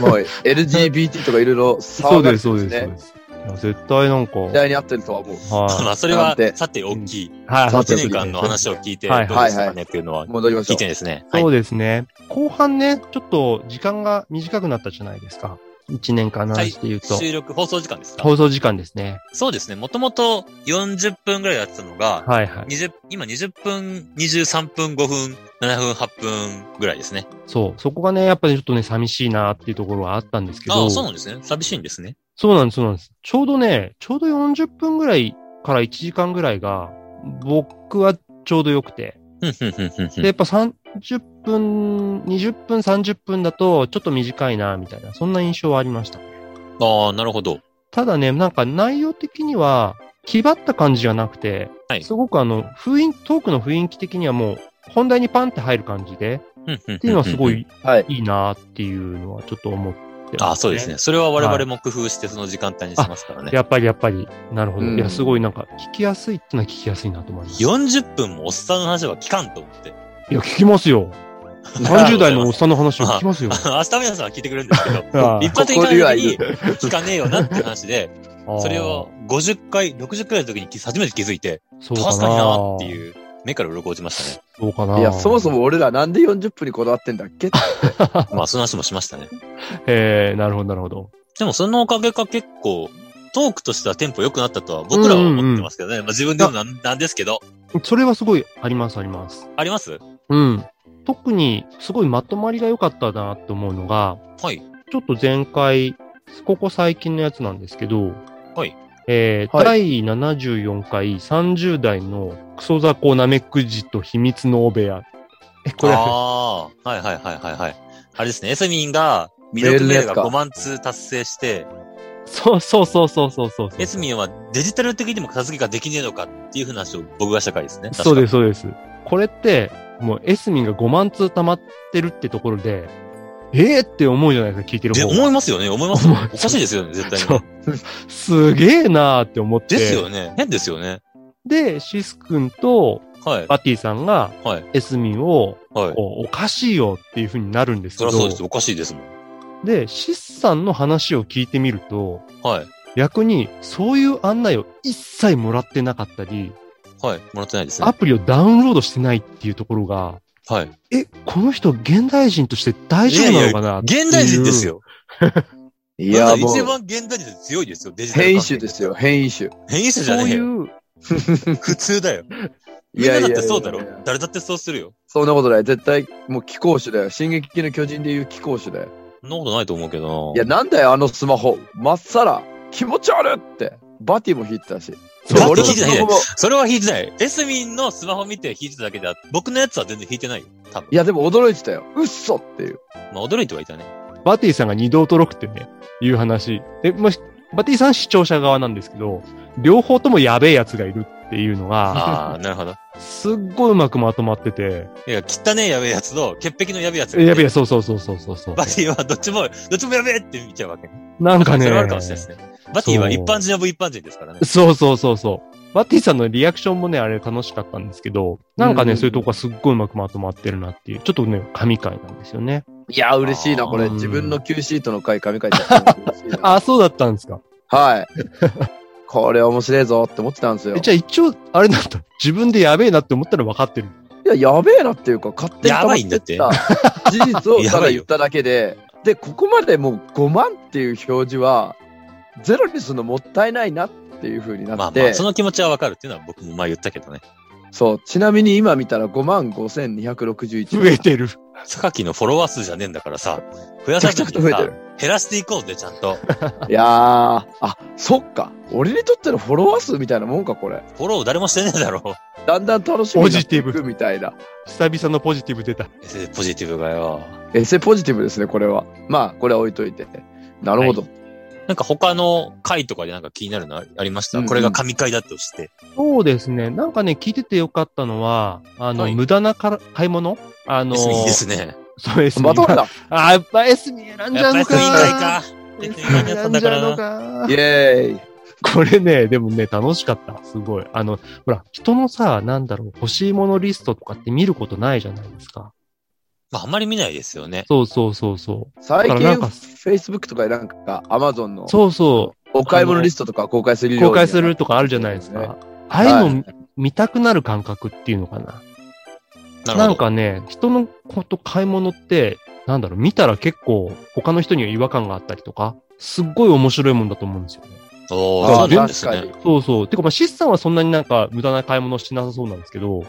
[SPEAKER 2] もう LGBT とかいろいろ
[SPEAKER 1] そ
[SPEAKER 2] 騒
[SPEAKER 1] う
[SPEAKER 2] が
[SPEAKER 1] で
[SPEAKER 2] れ
[SPEAKER 1] す、そ
[SPEAKER 2] て
[SPEAKER 1] う
[SPEAKER 2] る
[SPEAKER 1] で
[SPEAKER 2] ん
[SPEAKER 1] す、
[SPEAKER 2] で
[SPEAKER 1] そうです。
[SPEAKER 2] すね。
[SPEAKER 1] いや絶対なんか、
[SPEAKER 2] 時
[SPEAKER 1] はい。
[SPEAKER 2] 代に合ってるとは思う。
[SPEAKER 3] まあ、それ
[SPEAKER 2] な
[SPEAKER 3] は
[SPEAKER 2] んて、
[SPEAKER 3] さて大きい。
[SPEAKER 1] はい
[SPEAKER 3] この
[SPEAKER 2] さて
[SPEAKER 3] 1年間の話を聞いて、ど
[SPEAKER 1] は
[SPEAKER 3] う
[SPEAKER 1] い
[SPEAKER 3] でしたかねっていうのは
[SPEAKER 2] 戻りまし
[SPEAKER 3] 聞
[SPEAKER 2] ょ
[SPEAKER 3] いてですね。はい
[SPEAKER 1] そう。ですね。後半ね、ちょっと時間が短くなったじゃないですか。1年間の話で言うと。
[SPEAKER 3] 収録、放送時間ですか
[SPEAKER 1] 放送時間ですね。
[SPEAKER 3] そうですね。もともと40分ぐらいやってたのが、
[SPEAKER 1] はいはい。
[SPEAKER 3] 20今20分、23分、5分、7分、8分ぐらいですね。
[SPEAKER 1] そう。そこがね、やっぱりちょっとね、寂しいなっていうところはあったんですけ
[SPEAKER 3] あ
[SPEAKER 1] ど。
[SPEAKER 3] あ、そうなんですね。寂しいんですね。
[SPEAKER 1] そうなんです、そうなんです。ちょうどね、ちょうど40分ぐらいから1時間ぐらいが、僕はちょうど良くて。
[SPEAKER 3] うんうんうんうん
[SPEAKER 1] で、やっぱ30分、20分、30分だとちょっと短いな、みたいな、そんな印象はありました。
[SPEAKER 3] ああ、なるほど。
[SPEAKER 1] ただね、なんか内容的には、気張った感じじゃなくて、
[SPEAKER 3] はい
[SPEAKER 1] すごくあの、雰囲気、トークの雰囲気的にはもう、本題にパンって入る感じで、
[SPEAKER 3] っ
[SPEAKER 1] っていうのはすご。い
[SPEAKER 2] はい。
[SPEAKER 1] いいなっていうのはちょっと思ってます、
[SPEAKER 3] ああ、そうですね。。それは我々も工夫してその時間帯にしてますからね。
[SPEAKER 1] やっぱりやっぱり、なるほど。
[SPEAKER 2] うん
[SPEAKER 1] いや、すごいなんか、聞きやすいってのは聞きやすいなと思います。い
[SPEAKER 3] 40分もおっさんの話は聞かんと思って。
[SPEAKER 1] や、聞きますよ。30代のおっさんの話を聞きますよ。
[SPEAKER 3] 明日皆さんは聞いてくれるんですけど、
[SPEAKER 1] あ
[SPEAKER 3] 一般的
[SPEAKER 2] ここに
[SPEAKER 3] な
[SPEAKER 2] はい
[SPEAKER 3] 時に
[SPEAKER 2] る
[SPEAKER 3] 聞かねえよなって話で、
[SPEAKER 1] あ
[SPEAKER 3] それを、50回、60回の時に初めて気づいて、
[SPEAKER 1] そう
[SPEAKER 3] 確かになーって
[SPEAKER 1] う。
[SPEAKER 3] いう、目から鱗落ちまし
[SPEAKER 1] そうかな。
[SPEAKER 2] いや、そもそ
[SPEAKER 1] も。
[SPEAKER 2] も俺らなんで40分にこだわってんだっけ
[SPEAKER 3] たね。まあ、その話もしましたね。
[SPEAKER 1] えー、なるほど、なるほど。
[SPEAKER 3] でも、そのおかげか結構、トークとしてはテンポ良くなったとは僕らは思ってますけどね。まあ、自分でもなんなんですけど、
[SPEAKER 1] それはすごいあります、あります。
[SPEAKER 3] あります
[SPEAKER 1] うん。特に、すごいまとまりが良かったなと思うのが、
[SPEAKER 3] はい。
[SPEAKER 1] ちょっと前回、ここ最近のやつなんですけど、
[SPEAKER 3] はい。
[SPEAKER 1] えー
[SPEAKER 2] はい
[SPEAKER 1] 第74回30代のクソザコナメクジと秘密のお部屋。え、これ、
[SPEAKER 3] ああ、はいはいはいはいはい。あれですね、エスミンが、ミルクメールが5万通達成して、
[SPEAKER 1] そうそうそうそうそうそうそう。
[SPEAKER 3] エスミンはデジタル的にも片付けができねえのかっていう話を僕がした回ですね。。
[SPEAKER 1] そうですす、そうです。これって、もうエスミンが5万通溜まってるってところで、えーって思うじゃないですか、聞いてる
[SPEAKER 3] で、
[SPEAKER 1] 方が。
[SPEAKER 3] 思いますよね、思いますよね。おかしいですよね、絶対
[SPEAKER 1] そう
[SPEAKER 3] に。。
[SPEAKER 1] すげえなーって思って。
[SPEAKER 3] ですよね。変ですよね。
[SPEAKER 1] で、シス君と
[SPEAKER 3] はい。
[SPEAKER 1] バティさんが
[SPEAKER 3] はい。
[SPEAKER 1] エスミンを、
[SPEAKER 3] はい。
[SPEAKER 1] こうおかしいよっていう風になるんですけど
[SPEAKER 3] そりゃ、そうです。おかしいですもん。
[SPEAKER 1] で、シスさんの話を聞いてみると、
[SPEAKER 3] はい。
[SPEAKER 1] 逆にそういう案内を一切もらってなかったり、
[SPEAKER 3] はい。もらってないです
[SPEAKER 1] ア
[SPEAKER 3] ね。
[SPEAKER 1] プリをダウンロードしてないっていうところが、
[SPEAKER 3] はい。
[SPEAKER 1] え、この人現代人として大丈夫なのかなっていう
[SPEAKER 3] 現代人です。よ。
[SPEAKER 2] い
[SPEAKER 3] いや、
[SPEAKER 2] や、も
[SPEAKER 3] 一
[SPEAKER 2] う、
[SPEAKER 3] 番現代人で強いですよ、デジタル。
[SPEAKER 2] 変異種ですよ、変異種。
[SPEAKER 3] 変異種じ
[SPEAKER 1] そ
[SPEAKER 3] ゃ
[SPEAKER 1] う
[SPEAKER 3] ねえ
[SPEAKER 1] い
[SPEAKER 3] よ。
[SPEAKER 1] う、
[SPEAKER 3] 普通だよ。
[SPEAKER 2] い
[SPEAKER 3] みん
[SPEAKER 2] や
[SPEAKER 3] ない
[SPEAKER 2] や
[SPEAKER 3] だっ
[SPEAKER 2] い
[SPEAKER 3] て
[SPEAKER 2] や
[SPEAKER 3] そうだろ。誰だってそうするよ。
[SPEAKER 2] そんなことない。絶対、もう気候種だよ。進撃の巨人でいう気候種だよ。
[SPEAKER 3] そんなことないと思うけど
[SPEAKER 2] いや、
[SPEAKER 3] な。
[SPEAKER 2] なんだよ、あのスマホ。まっさら、気持ち悪いって。バティも弾いてたし。
[SPEAKER 1] そう
[SPEAKER 3] だって
[SPEAKER 2] 俺の
[SPEAKER 3] 弾いて
[SPEAKER 2] ス
[SPEAKER 3] な
[SPEAKER 2] マ
[SPEAKER 3] い
[SPEAKER 2] ホも。
[SPEAKER 3] それは弾いてない。エスミンのスマホ見て弾いてただけであって、僕のやつは全然弾いてないよ。多分。
[SPEAKER 2] いや、でも驚いてたよ。うっそっていう。
[SPEAKER 3] まあ、驚いてはいたね。
[SPEAKER 1] バティさんが二度驚くってね、いう話。で、もし、バティさん視聴者側なんですけど、両方ともやべえやつがいるっていうのが、
[SPEAKER 3] ああ、なるほど。
[SPEAKER 1] すっごいうまくまとまって て、
[SPEAKER 3] いや、汚ねえやべえやつと、潔癖のやべえやつがいて
[SPEAKER 1] やべえ、そうそうそうそうそうそう。
[SPEAKER 3] バティはどっちも、どっちもやべえって見ちゃうわけね。
[SPEAKER 1] なんか
[SPEAKER 3] そ
[SPEAKER 1] ね
[SPEAKER 3] れはあるかもしれないですね。バティは
[SPEAKER 1] そう
[SPEAKER 3] 一般人は一般人ですからね。
[SPEAKER 1] そうそうそうそう。バッティさんのリアクションもね、あれ楽しかったんですけど、なんかね、
[SPEAKER 2] うん
[SPEAKER 1] そういうとこがすっごいうまくまとまってるなっていう、ちょっとね、神回なんですよね。
[SPEAKER 2] いや、嬉しいな、こ
[SPEAKER 1] あ
[SPEAKER 2] れ。
[SPEAKER 1] ー
[SPEAKER 2] 自分の Q シートの回、紙書いてたの嬉しいな
[SPEAKER 1] あ、そうだったんですか。
[SPEAKER 2] はい。これ面白いぞって思ってたんですよ。
[SPEAKER 1] えじゃあ一応、あれなんだ、自分でやべえなって思ったら分かってる。
[SPEAKER 2] いや、やべえなっていうか、勝手に溜まってった
[SPEAKER 3] やば
[SPEAKER 2] 事実をた
[SPEAKER 3] やば
[SPEAKER 2] だ
[SPEAKER 3] いよ
[SPEAKER 2] 言っただけで、で、ここまでもう5万っていう表示は、ゼロにするのもったいないなっていう風に
[SPEAKER 3] ま
[SPEAKER 2] な
[SPEAKER 3] あ
[SPEAKER 2] って、
[SPEAKER 3] まあ、その気持ちはわかるっていうのは僕も前言ったけどね。
[SPEAKER 2] そう、ちなみに今見たら5万5261。
[SPEAKER 1] 増えてる。
[SPEAKER 3] 榊のフォロワー数じゃねえんだからさ、増
[SPEAKER 2] め
[SPEAKER 3] や
[SPEAKER 2] ち
[SPEAKER 3] さ
[SPEAKER 2] ゃ
[SPEAKER 3] な
[SPEAKER 2] くちゃ
[SPEAKER 3] いと
[SPEAKER 2] 増えて
[SPEAKER 3] さ
[SPEAKER 2] る、。
[SPEAKER 3] 減らしていこうぜ、ちゃんと。フ
[SPEAKER 2] いやー、あ、そっか。俺にとってのフォロワー数みたいなもんか、これ。
[SPEAKER 3] ォロー誰もしてねえだろ。
[SPEAKER 2] だんだん楽しみ
[SPEAKER 1] ポ
[SPEAKER 2] になっ
[SPEAKER 1] ジ
[SPEAKER 2] て
[SPEAKER 1] ティ
[SPEAKER 2] い
[SPEAKER 1] ブ
[SPEAKER 2] く。みたいな。
[SPEAKER 1] 久々のポジティブ出た。
[SPEAKER 3] えポジティブがよ。
[SPEAKER 2] エセポジティブですね、これは。まあ、これは置いといて。なるほど。
[SPEAKER 3] なんか他の回とかでなんか気になるのあありました、
[SPEAKER 2] うんうん
[SPEAKER 3] これが神回だって知って。
[SPEAKER 1] そうですね。なんかね、聞いててよかったのは、あの、
[SPEAKER 3] はい
[SPEAKER 1] 無駄なから買い物あの、
[SPEAKER 3] いいですね。
[SPEAKER 1] そうです
[SPEAKER 2] また俺だ。
[SPEAKER 1] あ、やっぱエスミ選んじゃ
[SPEAKER 3] や
[SPEAKER 1] う
[SPEAKER 3] っぱり
[SPEAKER 1] の
[SPEAKER 3] 神
[SPEAKER 1] か。
[SPEAKER 3] 回か。
[SPEAKER 1] エ
[SPEAKER 3] エ
[SPEAKER 1] スミ
[SPEAKER 3] スミ選んじ
[SPEAKER 1] 選ん
[SPEAKER 3] ゃったんだ
[SPEAKER 1] じ
[SPEAKER 3] か
[SPEAKER 1] ゃうの
[SPEAKER 3] らな。
[SPEAKER 1] か
[SPEAKER 2] イ。ェーイ。
[SPEAKER 1] これね、でもね、楽しかった。すごい。あの、ほら、人のさ、なんだろう、欲しいものリストとかって見ることないじゃないですか。
[SPEAKER 3] まあ、あんまり見ないですよね。
[SPEAKER 1] そうそうそうそう。
[SPEAKER 2] 最
[SPEAKER 1] だ
[SPEAKER 2] 近、
[SPEAKER 1] からなんか
[SPEAKER 2] Facebook とかなんか Amazon の
[SPEAKER 1] そうそ
[SPEAKER 2] お買い物リストとか公開する
[SPEAKER 1] う。
[SPEAKER 2] ように
[SPEAKER 1] 公開するとかあるじゃないです
[SPEAKER 2] ね
[SPEAKER 1] か。ああいう
[SPEAKER 2] は
[SPEAKER 1] の見たくなる感覚っていうのかな。
[SPEAKER 3] なるほど。
[SPEAKER 1] なんかね、人のこと買い物って、なんだろう、見たら結構他の人には違和感があったりとか、すっごい面白いもんだと思うんですよね。
[SPEAKER 3] おー
[SPEAKER 2] あ
[SPEAKER 3] そう
[SPEAKER 2] ー
[SPEAKER 3] なんですね。
[SPEAKER 2] 確か
[SPEAKER 1] そうそう。てか、まあ、シスさんはそんなになんか無駄な買い物してなさそうなんですけど、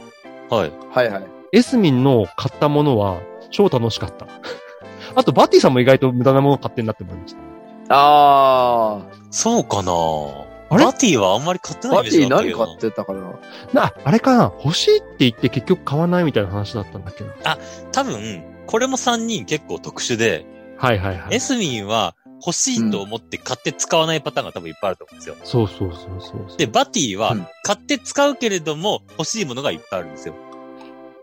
[SPEAKER 3] はい。
[SPEAKER 2] にはいはい。
[SPEAKER 1] エスミンの買ったものは超楽しかった。 あと、バッティさんも意外と無駄なもの買ってんなって思いました。
[SPEAKER 2] あ
[SPEAKER 3] そうかな
[SPEAKER 1] あれ
[SPEAKER 3] バティはあんまり買ってないイ
[SPEAKER 2] バ
[SPEAKER 3] メ
[SPEAKER 2] テ
[SPEAKER 3] ージ
[SPEAKER 2] ィ
[SPEAKER 3] だったけ
[SPEAKER 2] 何
[SPEAKER 3] ど。
[SPEAKER 2] 買ってたかな
[SPEAKER 1] な、あれかな欲しいって言って結局買わないみたいな話だったんだっけど。
[SPEAKER 3] 多分、これも3人結構特殊で、
[SPEAKER 1] はいはいは
[SPEAKER 3] エ
[SPEAKER 1] い。
[SPEAKER 3] スミンは欲しいと思って買って使わないパターンが多分いっぱいあると思うんですよ。
[SPEAKER 1] そうそうそうそうそう
[SPEAKER 3] で、バティは
[SPEAKER 2] うん
[SPEAKER 3] 買って使うけれども欲しいものがいっぱいあるんですよ。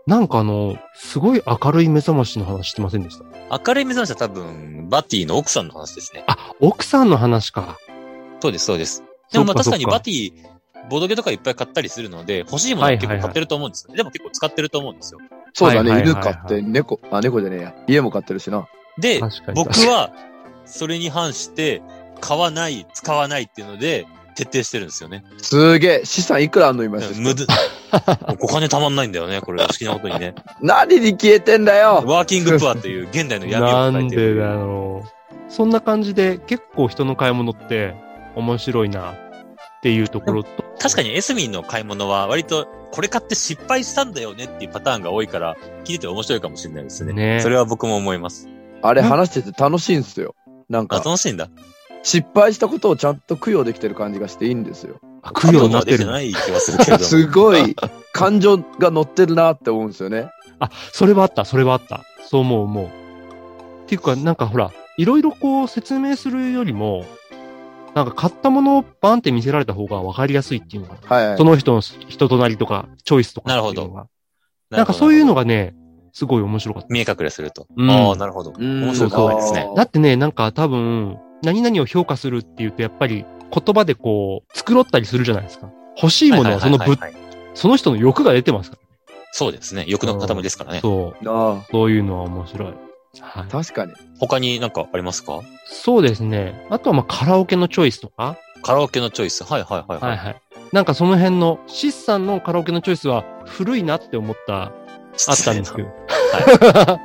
[SPEAKER 1] なんかあの、すごい明るい目覚ましの話してませんでした。
[SPEAKER 3] 明るい目覚ましは多分、バティの奥さんの話ですね。
[SPEAKER 1] あ、奥さんの話か。
[SPEAKER 3] そうです、そうです。でもまあ確
[SPEAKER 1] そっそ
[SPEAKER 3] か
[SPEAKER 1] っ
[SPEAKER 3] にバティ、ボドゲとかいっぱい買ったりするので、欲しいものは結構買ってると思うんですよね。でも結構使ってると思うんですよ。
[SPEAKER 2] そうだね、
[SPEAKER 1] はいはいはい
[SPEAKER 2] 犬
[SPEAKER 1] はい
[SPEAKER 2] 飼って、猫、あ、猫じゃねえや。家も飼ってるしな。
[SPEAKER 3] で、
[SPEAKER 1] 確かに
[SPEAKER 3] 僕は、それに反して、買わない、使わないっていうので、徹底してるんですよね。
[SPEAKER 2] すげえ、資産いくらあんの今し
[SPEAKER 3] 無駄。お金たまんないんだよね、これ。不思議なことにね。
[SPEAKER 2] 何に消えてんだよ
[SPEAKER 3] ワーキングプアという現代の闇を
[SPEAKER 1] な
[SPEAKER 3] 抱
[SPEAKER 1] ん
[SPEAKER 3] えてる。
[SPEAKER 1] でだろう。そんな感じで結構人の買い物って面白いなっていうところと。
[SPEAKER 3] 確かにエスミンの買い物は割とこれ買って失敗したんだよねっていうパターンが多いから聞いてて面白いかもしれないですね。
[SPEAKER 1] ね
[SPEAKER 3] それは僕も思います。
[SPEAKER 2] あれ話してて楽しいんすよ。なん
[SPEAKER 3] あ、
[SPEAKER 2] か、
[SPEAKER 3] 楽しいんだ。
[SPEAKER 2] 失敗したことをちゃんと供養できてる感じがしていいんですよ。
[SPEAKER 1] あ供養になっ
[SPEAKER 3] は出
[SPEAKER 1] て
[SPEAKER 3] て
[SPEAKER 1] る。
[SPEAKER 3] ない気はするけれども。
[SPEAKER 2] す ごい、感情が乗ってるなって思うんですよね。
[SPEAKER 1] あ、それはあった、それはあった。そう思う、思う。っていうか、なんかほら、いろいろこう説明するよりも、なんか買ったものをバンって見せられた方が分かりやすいっていうのが、
[SPEAKER 2] はい、はい
[SPEAKER 1] そ。の人の人となりとか、チョイスとかっていうのが。
[SPEAKER 3] なるほ
[SPEAKER 1] なんかそういうの
[SPEAKER 3] が
[SPEAKER 1] がね、すごい面白かった。
[SPEAKER 3] 見え隠れすると。
[SPEAKER 1] うん
[SPEAKER 3] ああ、なるほど。面白い考えですね。
[SPEAKER 1] だってね、なんか多分、何々を評価するっていうと、やっぱり言葉でこう、繕ったりするじゃないですか。欲しいものはその
[SPEAKER 3] はいはい
[SPEAKER 1] ぶ
[SPEAKER 3] はいはい
[SPEAKER 1] その人の欲が出てますか
[SPEAKER 3] そうですね。欲の塊ですから
[SPEAKER 1] らね。
[SPEAKER 3] ね。
[SPEAKER 1] そう。
[SPEAKER 2] あ
[SPEAKER 1] そういうのは面白い。はい
[SPEAKER 2] あ、。確かに。
[SPEAKER 3] 他になんかありますか
[SPEAKER 1] そうですね。あとはまあカラオケのチョイスとか。
[SPEAKER 3] カラオケのチョイス。はいはいはい。は
[SPEAKER 1] はい
[SPEAKER 3] い、
[SPEAKER 1] はい。なんかその辺の、シスさんのカラオケのチョイスは古いなって思った、あったんですけど。
[SPEAKER 3] ど。は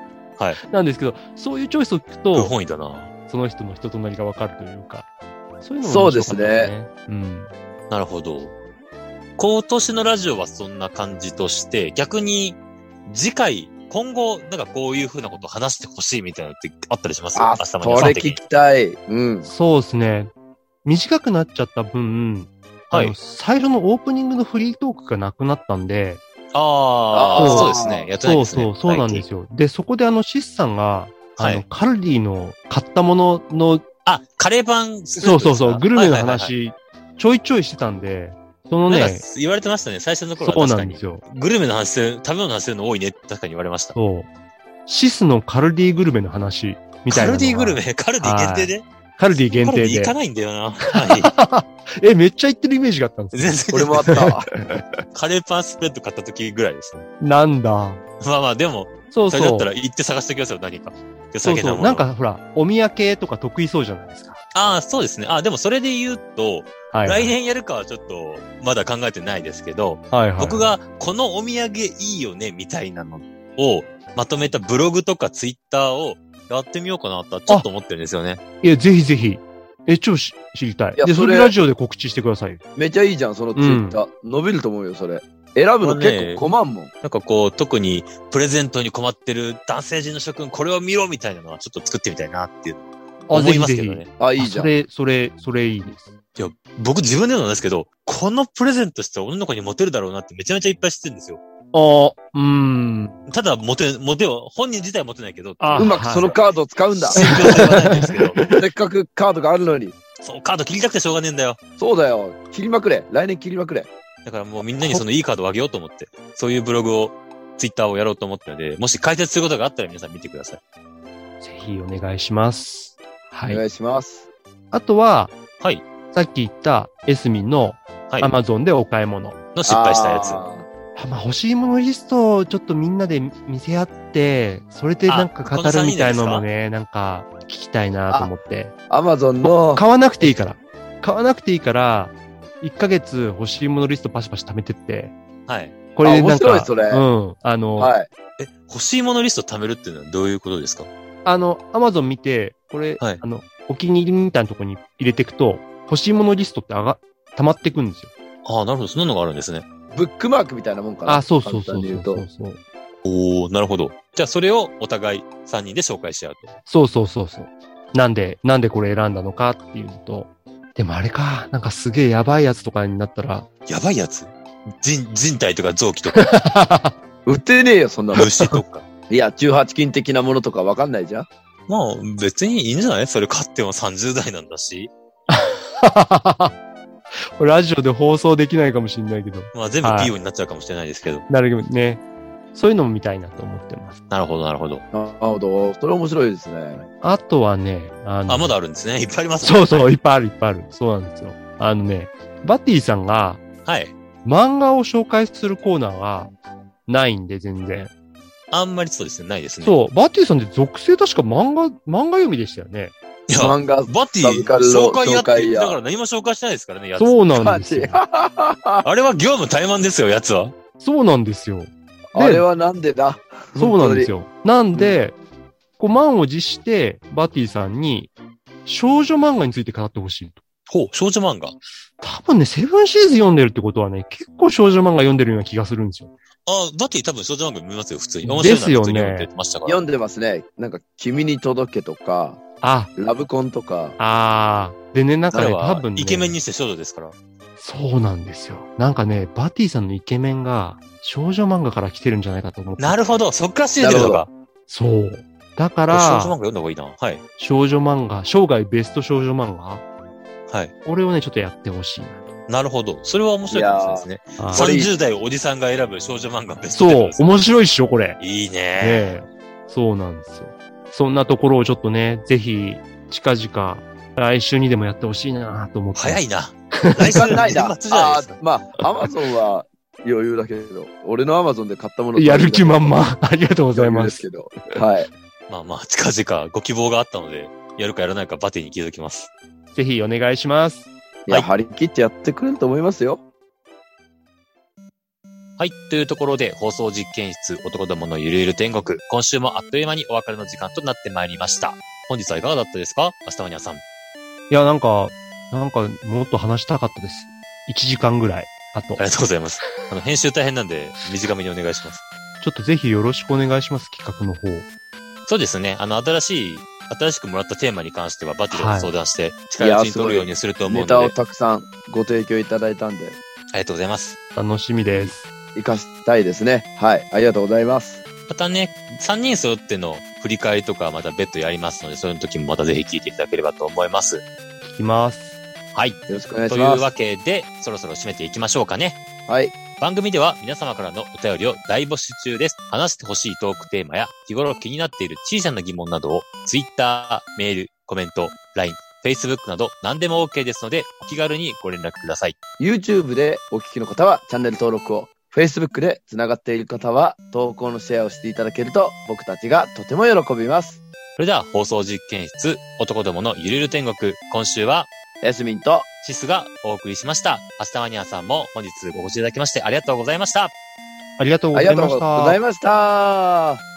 [SPEAKER 3] い。
[SPEAKER 1] なんですけど、そういうチョイスを聞く
[SPEAKER 3] 不
[SPEAKER 1] と、
[SPEAKER 3] 本意だな。
[SPEAKER 1] その人の人となりがわかるというか、そういうのも
[SPEAKER 2] そ
[SPEAKER 1] 面
[SPEAKER 2] う
[SPEAKER 1] 白
[SPEAKER 2] です
[SPEAKER 1] か
[SPEAKER 2] ね
[SPEAKER 1] ったですね。うん。
[SPEAKER 3] なるほど。今年のラジオはそんな感じとして、逆に次回、今後、なんかこういうふうなことを話してほしいみたいなのってあったりします
[SPEAKER 2] あ、
[SPEAKER 3] 明日
[SPEAKER 2] そ
[SPEAKER 3] までさん
[SPEAKER 2] れ
[SPEAKER 3] 的
[SPEAKER 2] 聞
[SPEAKER 3] に
[SPEAKER 2] きたい。うん。
[SPEAKER 1] そうですね。短くなっちゃった分、
[SPEAKER 3] はい
[SPEAKER 1] あの最初のオープニングのフリートークがなくなったんで、
[SPEAKER 3] あ
[SPEAKER 2] あ
[SPEAKER 3] あ、
[SPEAKER 2] ー
[SPEAKER 3] そうですね。やってない
[SPEAKER 1] そう
[SPEAKER 3] ですね。
[SPEAKER 1] そう、そうなんですよ。で、そこであの、シスさんが、
[SPEAKER 3] は
[SPEAKER 1] あ
[SPEAKER 3] い
[SPEAKER 1] の、カルディの買ったものの、
[SPEAKER 3] あ、カレーパンスープですか
[SPEAKER 1] そうそうそう、グルメの。
[SPEAKER 3] はいはいはい
[SPEAKER 1] 話、ちょいちょいしてたんで、その
[SPEAKER 3] なんか
[SPEAKER 1] ね、
[SPEAKER 3] 言われてましたね。最初の頃
[SPEAKER 1] そ
[SPEAKER 3] は
[SPEAKER 1] うな
[SPEAKER 3] 確か
[SPEAKER 1] ん
[SPEAKER 3] に
[SPEAKER 1] で。すよ。
[SPEAKER 3] グルメの話する、食べ物の話するの多いね。確かに言われました。
[SPEAKER 1] そう。シスのカルディグルメの話、みた
[SPEAKER 3] カ
[SPEAKER 1] いなの
[SPEAKER 3] ル
[SPEAKER 1] が。
[SPEAKER 3] ディグルメ、カルディ限定で
[SPEAKER 1] カルディ限
[SPEAKER 3] カルデ
[SPEAKER 1] 定
[SPEAKER 3] ィ行
[SPEAKER 1] で
[SPEAKER 3] か。ないんだよな。はい。
[SPEAKER 1] え、めっちゃ行ってるイメージがあったんですよ
[SPEAKER 3] 全然。
[SPEAKER 2] 俺もあった わ。
[SPEAKER 3] カレーパンスプレッド買った時ぐらいですね。
[SPEAKER 1] なんだ。
[SPEAKER 3] まあまあ、でも、
[SPEAKER 1] そう
[SPEAKER 3] それだ
[SPEAKER 1] そ
[SPEAKER 3] っ
[SPEAKER 1] う
[SPEAKER 3] た。ら行って探してきますよ、何か。手
[SPEAKER 1] そ
[SPEAKER 3] 下
[SPEAKER 1] う
[SPEAKER 3] げた
[SPEAKER 1] そ
[SPEAKER 3] も
[SPEAKER 1] う。
[SPEAKER 3] の。
[SPEAKER 1] なんかほら、お宮系とか得意そうじゃないですか。
[SPEAKER 3] ああ、そうですね。ああ、でもそれで言うと、
[SPEAKER 1] はい。
[SPEAKER 3] 来年やるかはちょっと、まだ考えてないですけど、
[SPEAKER 1] はいはい、
[SPEAKER 3] 僕がこのお土産いいよね、みたいなのを、まとめたブログとかツイッターをやってみようかなとはちょっと思ってるんですよね。
[SPEAKER 1] いや、ぜひぜひ。え、超し知りたい。
[SPEAKER 2] いや
[SPEAKER 1] で、
[SPEAKER 2] そ
[SPEAKER 1] そ
[SPEAKER 2] れ
[SPEAKER 1] れラジオで告知してくださいよ。
[SPEAKER 2] めっちゃいいじゃん、そのツイッター。伸びると思うよ、それ。選ぶの結構困んもん。
[SPEAKER 3] なんかこう、特にプレゼントに困ってる男性陣の諸君、これを見ろみたいなのはちょっと作ってみたいなっていう思いますけどね。
[SPEAKER 2] あ、い
[SPEAKER 1] い
[SPEAKER 2] いじゃん
[SPEAKER 1] そ。れ、それ、それいいです。
[SPEAKER 3] いや、僕自分で言うのなんですけど、このプレゼントしたら女の子にモテるだろうなってめちゃめちゃいっぱい知ってるんですよ。
[SPEAKER 1] ああ、うーん。
[SPEAKER 3] ただ、モテ、モテを、本人自体はモテないけど、
[SPEAKER 1] あ
[SPEAKER 2] うまくそのカードを使う んだ。
[SPEAKER 3] 信憑性はないんですけど、
[SPEAKER 2] せっかくカードがあるのに。
[SPEAKER 3] そう、カード切りたくてしょうがねえんだよ。
[SPEAKER 2] そうだよ。切りまくれ。来年切りまくれ。
[SPEAKER 3] だからもうみんなにそのいいカードをあげようと思って、そういうブログを、ツイッターをやろうと思ったので、もし解説することがあったら皆さん見てください。
[SPEAKER 1] ぜひお願いします。は
[SPEAKER 2] お願
[SPEAKER 1] い。
[SPEAKER 2] いします。
[SPEAKER 1] あとは、
[SPEAKER 3] はい。
[SPEAKER 1] さっき言ったエスミンの
[SPEAKER 3] はい。
[SPEAKER 1] アマゾンでお買い物。
[SPEAKER 3] の失敗したやつ。
[SPEAKER 2] あ
[SPEAKER 1] あまあ、欲しいものリストをちょっとみんなで見せ合って、それでなんか語るみたいのもね、なんか聞きたいなと思って。
[SPEAKER 2] ー。アマゾンの、
[SPEAKER 1] 買わなくていいから。買わなくていいから、1ヶ月欲しいものリストバシバシ貯めてって、
[SPEAKER 3] はい。
[SPEAKER 1] これなんか、
[SPEAKER 2] あ面白いそれ
[SPEAKER 1] うん。あの、
[SPEAKER 2] はい。
[SPEAKER 3] え、欲しいものリスト貯めるっていうのはどういうことですか
[SPEAKER 1] あの、アマゾン見て、これ、
[SPEAKER 3] はい
[SPEAKER 1] あの、お気に入りみたいなとこに入れていくと、欲しいものリストって上が、溜まっていくんですよ。
[SPEAKER 3] ああ、なるほど。そんなのがあるんですね。
[SPEAKER 2] ブックマークみたいなもんかな。
[SPEAKER 1] あ、そうそうそ
[SPEAKER 2] 簡単
[SPEAKER 1] う
[SPEAKER 2] に
[SPEAKER 1] そ
[SPEAKER 2] 言
[SPEAKER 1] う
[SPEAKER 2] う
[SPEAKER 1] そ
[SPEAKER 2] と
[SPEAKER 1] う。そう。
[SPEAKER 3] おー、なるほど。じゃあそれをお互い3人で紹介し合うと。
[SPEAKER 1] そうそうそうそう。なんで、なんでこれ選んだのかっていうのと、でもあれか、なんかすげえやばいやつとかになったら、
[SPEAKER 3] やばいやつ人、人体とか臓器とか、
[SPEAKER 2] 売ってねえよ、そんなの。
[SPEAKER 3] 虫とか。
[SPEAKER 2] いや、18金的なものとかわかんないじゃん。
[SPEAKER 3] まあ、別にいいんじゃないそれ買っても30代なんだし。
[SPEAKER 1] ラジオで放送できないかもしれないけど、
[SPEAKER 3] まあ、全部
[SPEAKER 1] はい
[SPEAKER 3] PO になっちゃうかもしれないですけど。
[SPEAKER 1] 誰でもね、そういうのも見たいなと思ってます。
[SPEAKER 3] なるほど、なるほど。
[SPEAKER 2] なるほど。それ面白い ですね。
[SPEAKER 1] あとはね、あの、
[SPEAKER 3] あ、まだあるんですね。いっぱいありますね
[SPEAKER 1] そうそう、いっぱいあるいっぱいある。そうなんですよ。あのね、バッティさんが
[SPEAKER 3] はい。
[SPEAKER 1] 漫画を紹介するコーナーがないんで、全然。
[SPEAKER 3] あんまりそうですね、ないですね。
[SPEAKER 1] そう、バッティさんって属性確か漫画、漫画読みでしたよね。
[SPEAKER 3] いや、
[SPEAKER 2] 漫画、
[SPEAKER 3] バッティ、
[SPEAKER 2] サブカルの
[SPEAKER 3] 紹介やっ
[SPEAKER 2] 紹
[SPEAKER 3] て、
[SPEAKER 2] 介や
[SPEAKER 3] だから何も紹介してないですからね、やつ。
[SPEAKER 1] そうなんですよ。
[SPEAKER 3] あれは業務怠慢ですよ、やつは。
[SPEAKER 1] そうなんですよ。
[SPEAKER 2] あれはなんでだ
[SPEAKER 1] そうなんです
[SPEAKER 2] よ。
[SPEAKER 1] よ。なんで、こう、満を持して、バッティさんに、少女漫画について語ってほしいと。
[SPEAKER 3] ほう、少女漫画。
[SPEAKER 1] 多分ね、セブンシーズ読んでるってことはね、結構少女漫画読んでるような気がするんですよ。
[SPEAKER 3] あ、バッティ多分少女漫画見ますよ、普通に。面白い
[SPEAKER 1] で
[SPEAKER 3] な
[SPEAKER 1] すよね
[SPEAKER 3] 普通に思ってましたから。
[SPEAKER 2] 読んでますね。なんか、君に届けとか、
[SPEAKER 1] あ、
[SPEAKER 2] ラブコンとか。
[SPEAKER 1] あー。でね、なんか
[SPEAKER 3] 彼
[SPEAKER 1] ね、多
[SPEAKER 3] は
[SPEAKER 1] 分ね、
[SPEAKER 3] イケメンにして少女ですから。
[SPEAKER 1] そうなんですよ。なんかね、バティさんのイケメンが少女漫画から来てるんじゃないかと思って。
[SPEAKER 3] なるほど、そっから知れてるのか。
[SPEAKER 1] そう。だか
[SPEAKER 3] 少女漫画
[SPEAKER 1] ら、
[SPEAKER 3] 読んだ方がいいな。はい。
[SPEAKER 1] 少女漫画、生涯ベスト少女漫画
[SPEAKER 3] はい。
[SPEAKER 1] これをね、ちょっとやってほしい
[SPEAKER 3] なるほど。それは面白いかもしれないですね。
[SPEAKER 1] な。あー
[SPEAKER 2] それ
[SPEAKER 3] 30代おじさんが選ぶ少女漫画ベストテン
[SPEAKER 1] そう
[SPEAKER 3] で、すね
[SPEAKER 1] 面白いっしょ、これ。
[SPEAKER 3] いい
[SPEAKER 1] ね
[SPEAKER 3] ね。
[SPEAKER 1] えそうなんですよ。そんなところをちょっとね、ぜひ、近々、来週にでもやってほしいなと思って。
[SPEAKER 3] 早いな。来
[SPEAKER 2] 時間ないな。
[SPEAKER 3] 年末じゃない
[SPEAKER 2] あ
[SPEAKER 3] ですか。
[SPEAKER 2] ーまあ、アマゾンは余裕だけど、俺のアマゾンで買ったもの
[SPEAKER 1] やる気満々。
[SPEAKER 2] で
[SPEAKER 1] ありがとうござい
[SPEAKER 2] 余裕
[SPEAKER 1] ま。
[SPEAKER 2] ですすけど。はい。
[SPEAKER 3] まあまあ、近々ご希望があったので、やるかやらないかバティに気づきます。
[SPEAKER 1] ぜひお願いします。
[SPEAKER 2] いや、
[SPEAKER 3] はい
[SPEAKER 2] 張り切ってやってくれると思いますよ。
[SPEAKER 3] はい。というところで、放送実験室、男どものゆるゆる天国、今週もあっという間にお別れの時間となってまいりました。本日はいかがだったですか明日はにゃさん。
[SPEAKER 1] いや、なんか、なんか、もっと話したかったです。1時間ぐらい。あと
[SPEAKER 3] あり、がとうございます。あの、編集大変なんで、短めにお願いします。
[SPEAKER 1] ちょっとぜひよろしくお願いします、企画の方。
[SPEAKER 3] そうですね。あの、新しい、新しくもらったテーマに関しては、バティと相談して、近
[SPEAKER 2] い
[SPEAKER 3] いう
[SPEAKER 2] や
[SPEAKER 3] ちに
[SPEAKER 2] すごい
[SPEAKER 3] 取るようにすると思う
[SPEAKER 2] ネ
[SPEAKER 3] ので、
[SPEAKER 2] タ
[SPEAKER 3] あ
[SPEAKER 2] をたくさんご提供いただいたんで、
[SPEAKER 3] りがとうございます。
[SPEAKER 1] 楽しみです。
[SPEAKER 2] 活かしたいですね。はい。ありがとうございます。
[SPEAKER 3] またね、3人揃っての振り返りとか、また別途やりますので、その時もまたぜひ聞いていただければと思います。
[SPEAKER 1] 聞きます。
[SPEAKER 3] はい。
[SPEAKER 2] よろしくお願い
[SPEAKER 3] と
[SPEAKER 2] し
[SPEAKER 3] い
[SPEAKER 2] ま
[SPEAKER 3] う
[SPEAKER 2] す。
[SPEAKER 3] わけで、そろそろ締めていきましょうかね。
[SPEAKER 2] はい。
[SPEAKER 3] 番組では皆様からのお便りを大募集中です。話してほしいトークテーマや日頃気になっている小さな疑問などを Twitter、メール、コメント、LINE、Facebook など何でも OK ですのでお気軽にご連絡ください。
[SPEAKER 2] YouTube でお聞きの方はチャンネル登録を、Facebook でつながっている方は投稿のシェアをしていただけると僕たちがとても喜びます。
[SPEAKER 3] それでは放送実験室男どものゆるゆる天国今週は
[SPEAKER 2] エスミンと
[SPEAKER 3] シスがお送りしました。明日マニアさんも本日ごご視聴いただきましてありがとうございました。
[SPEAKER 1] ありがとうご
[SPEAKER 2] あ
[SPEAKER 1] ざい
[SPEAKER 2] りがと
[SPEAKER 1] ま
[SPEAKER 2] う
[SPEAKER 1] した。
[SPEAKER 2] ございました。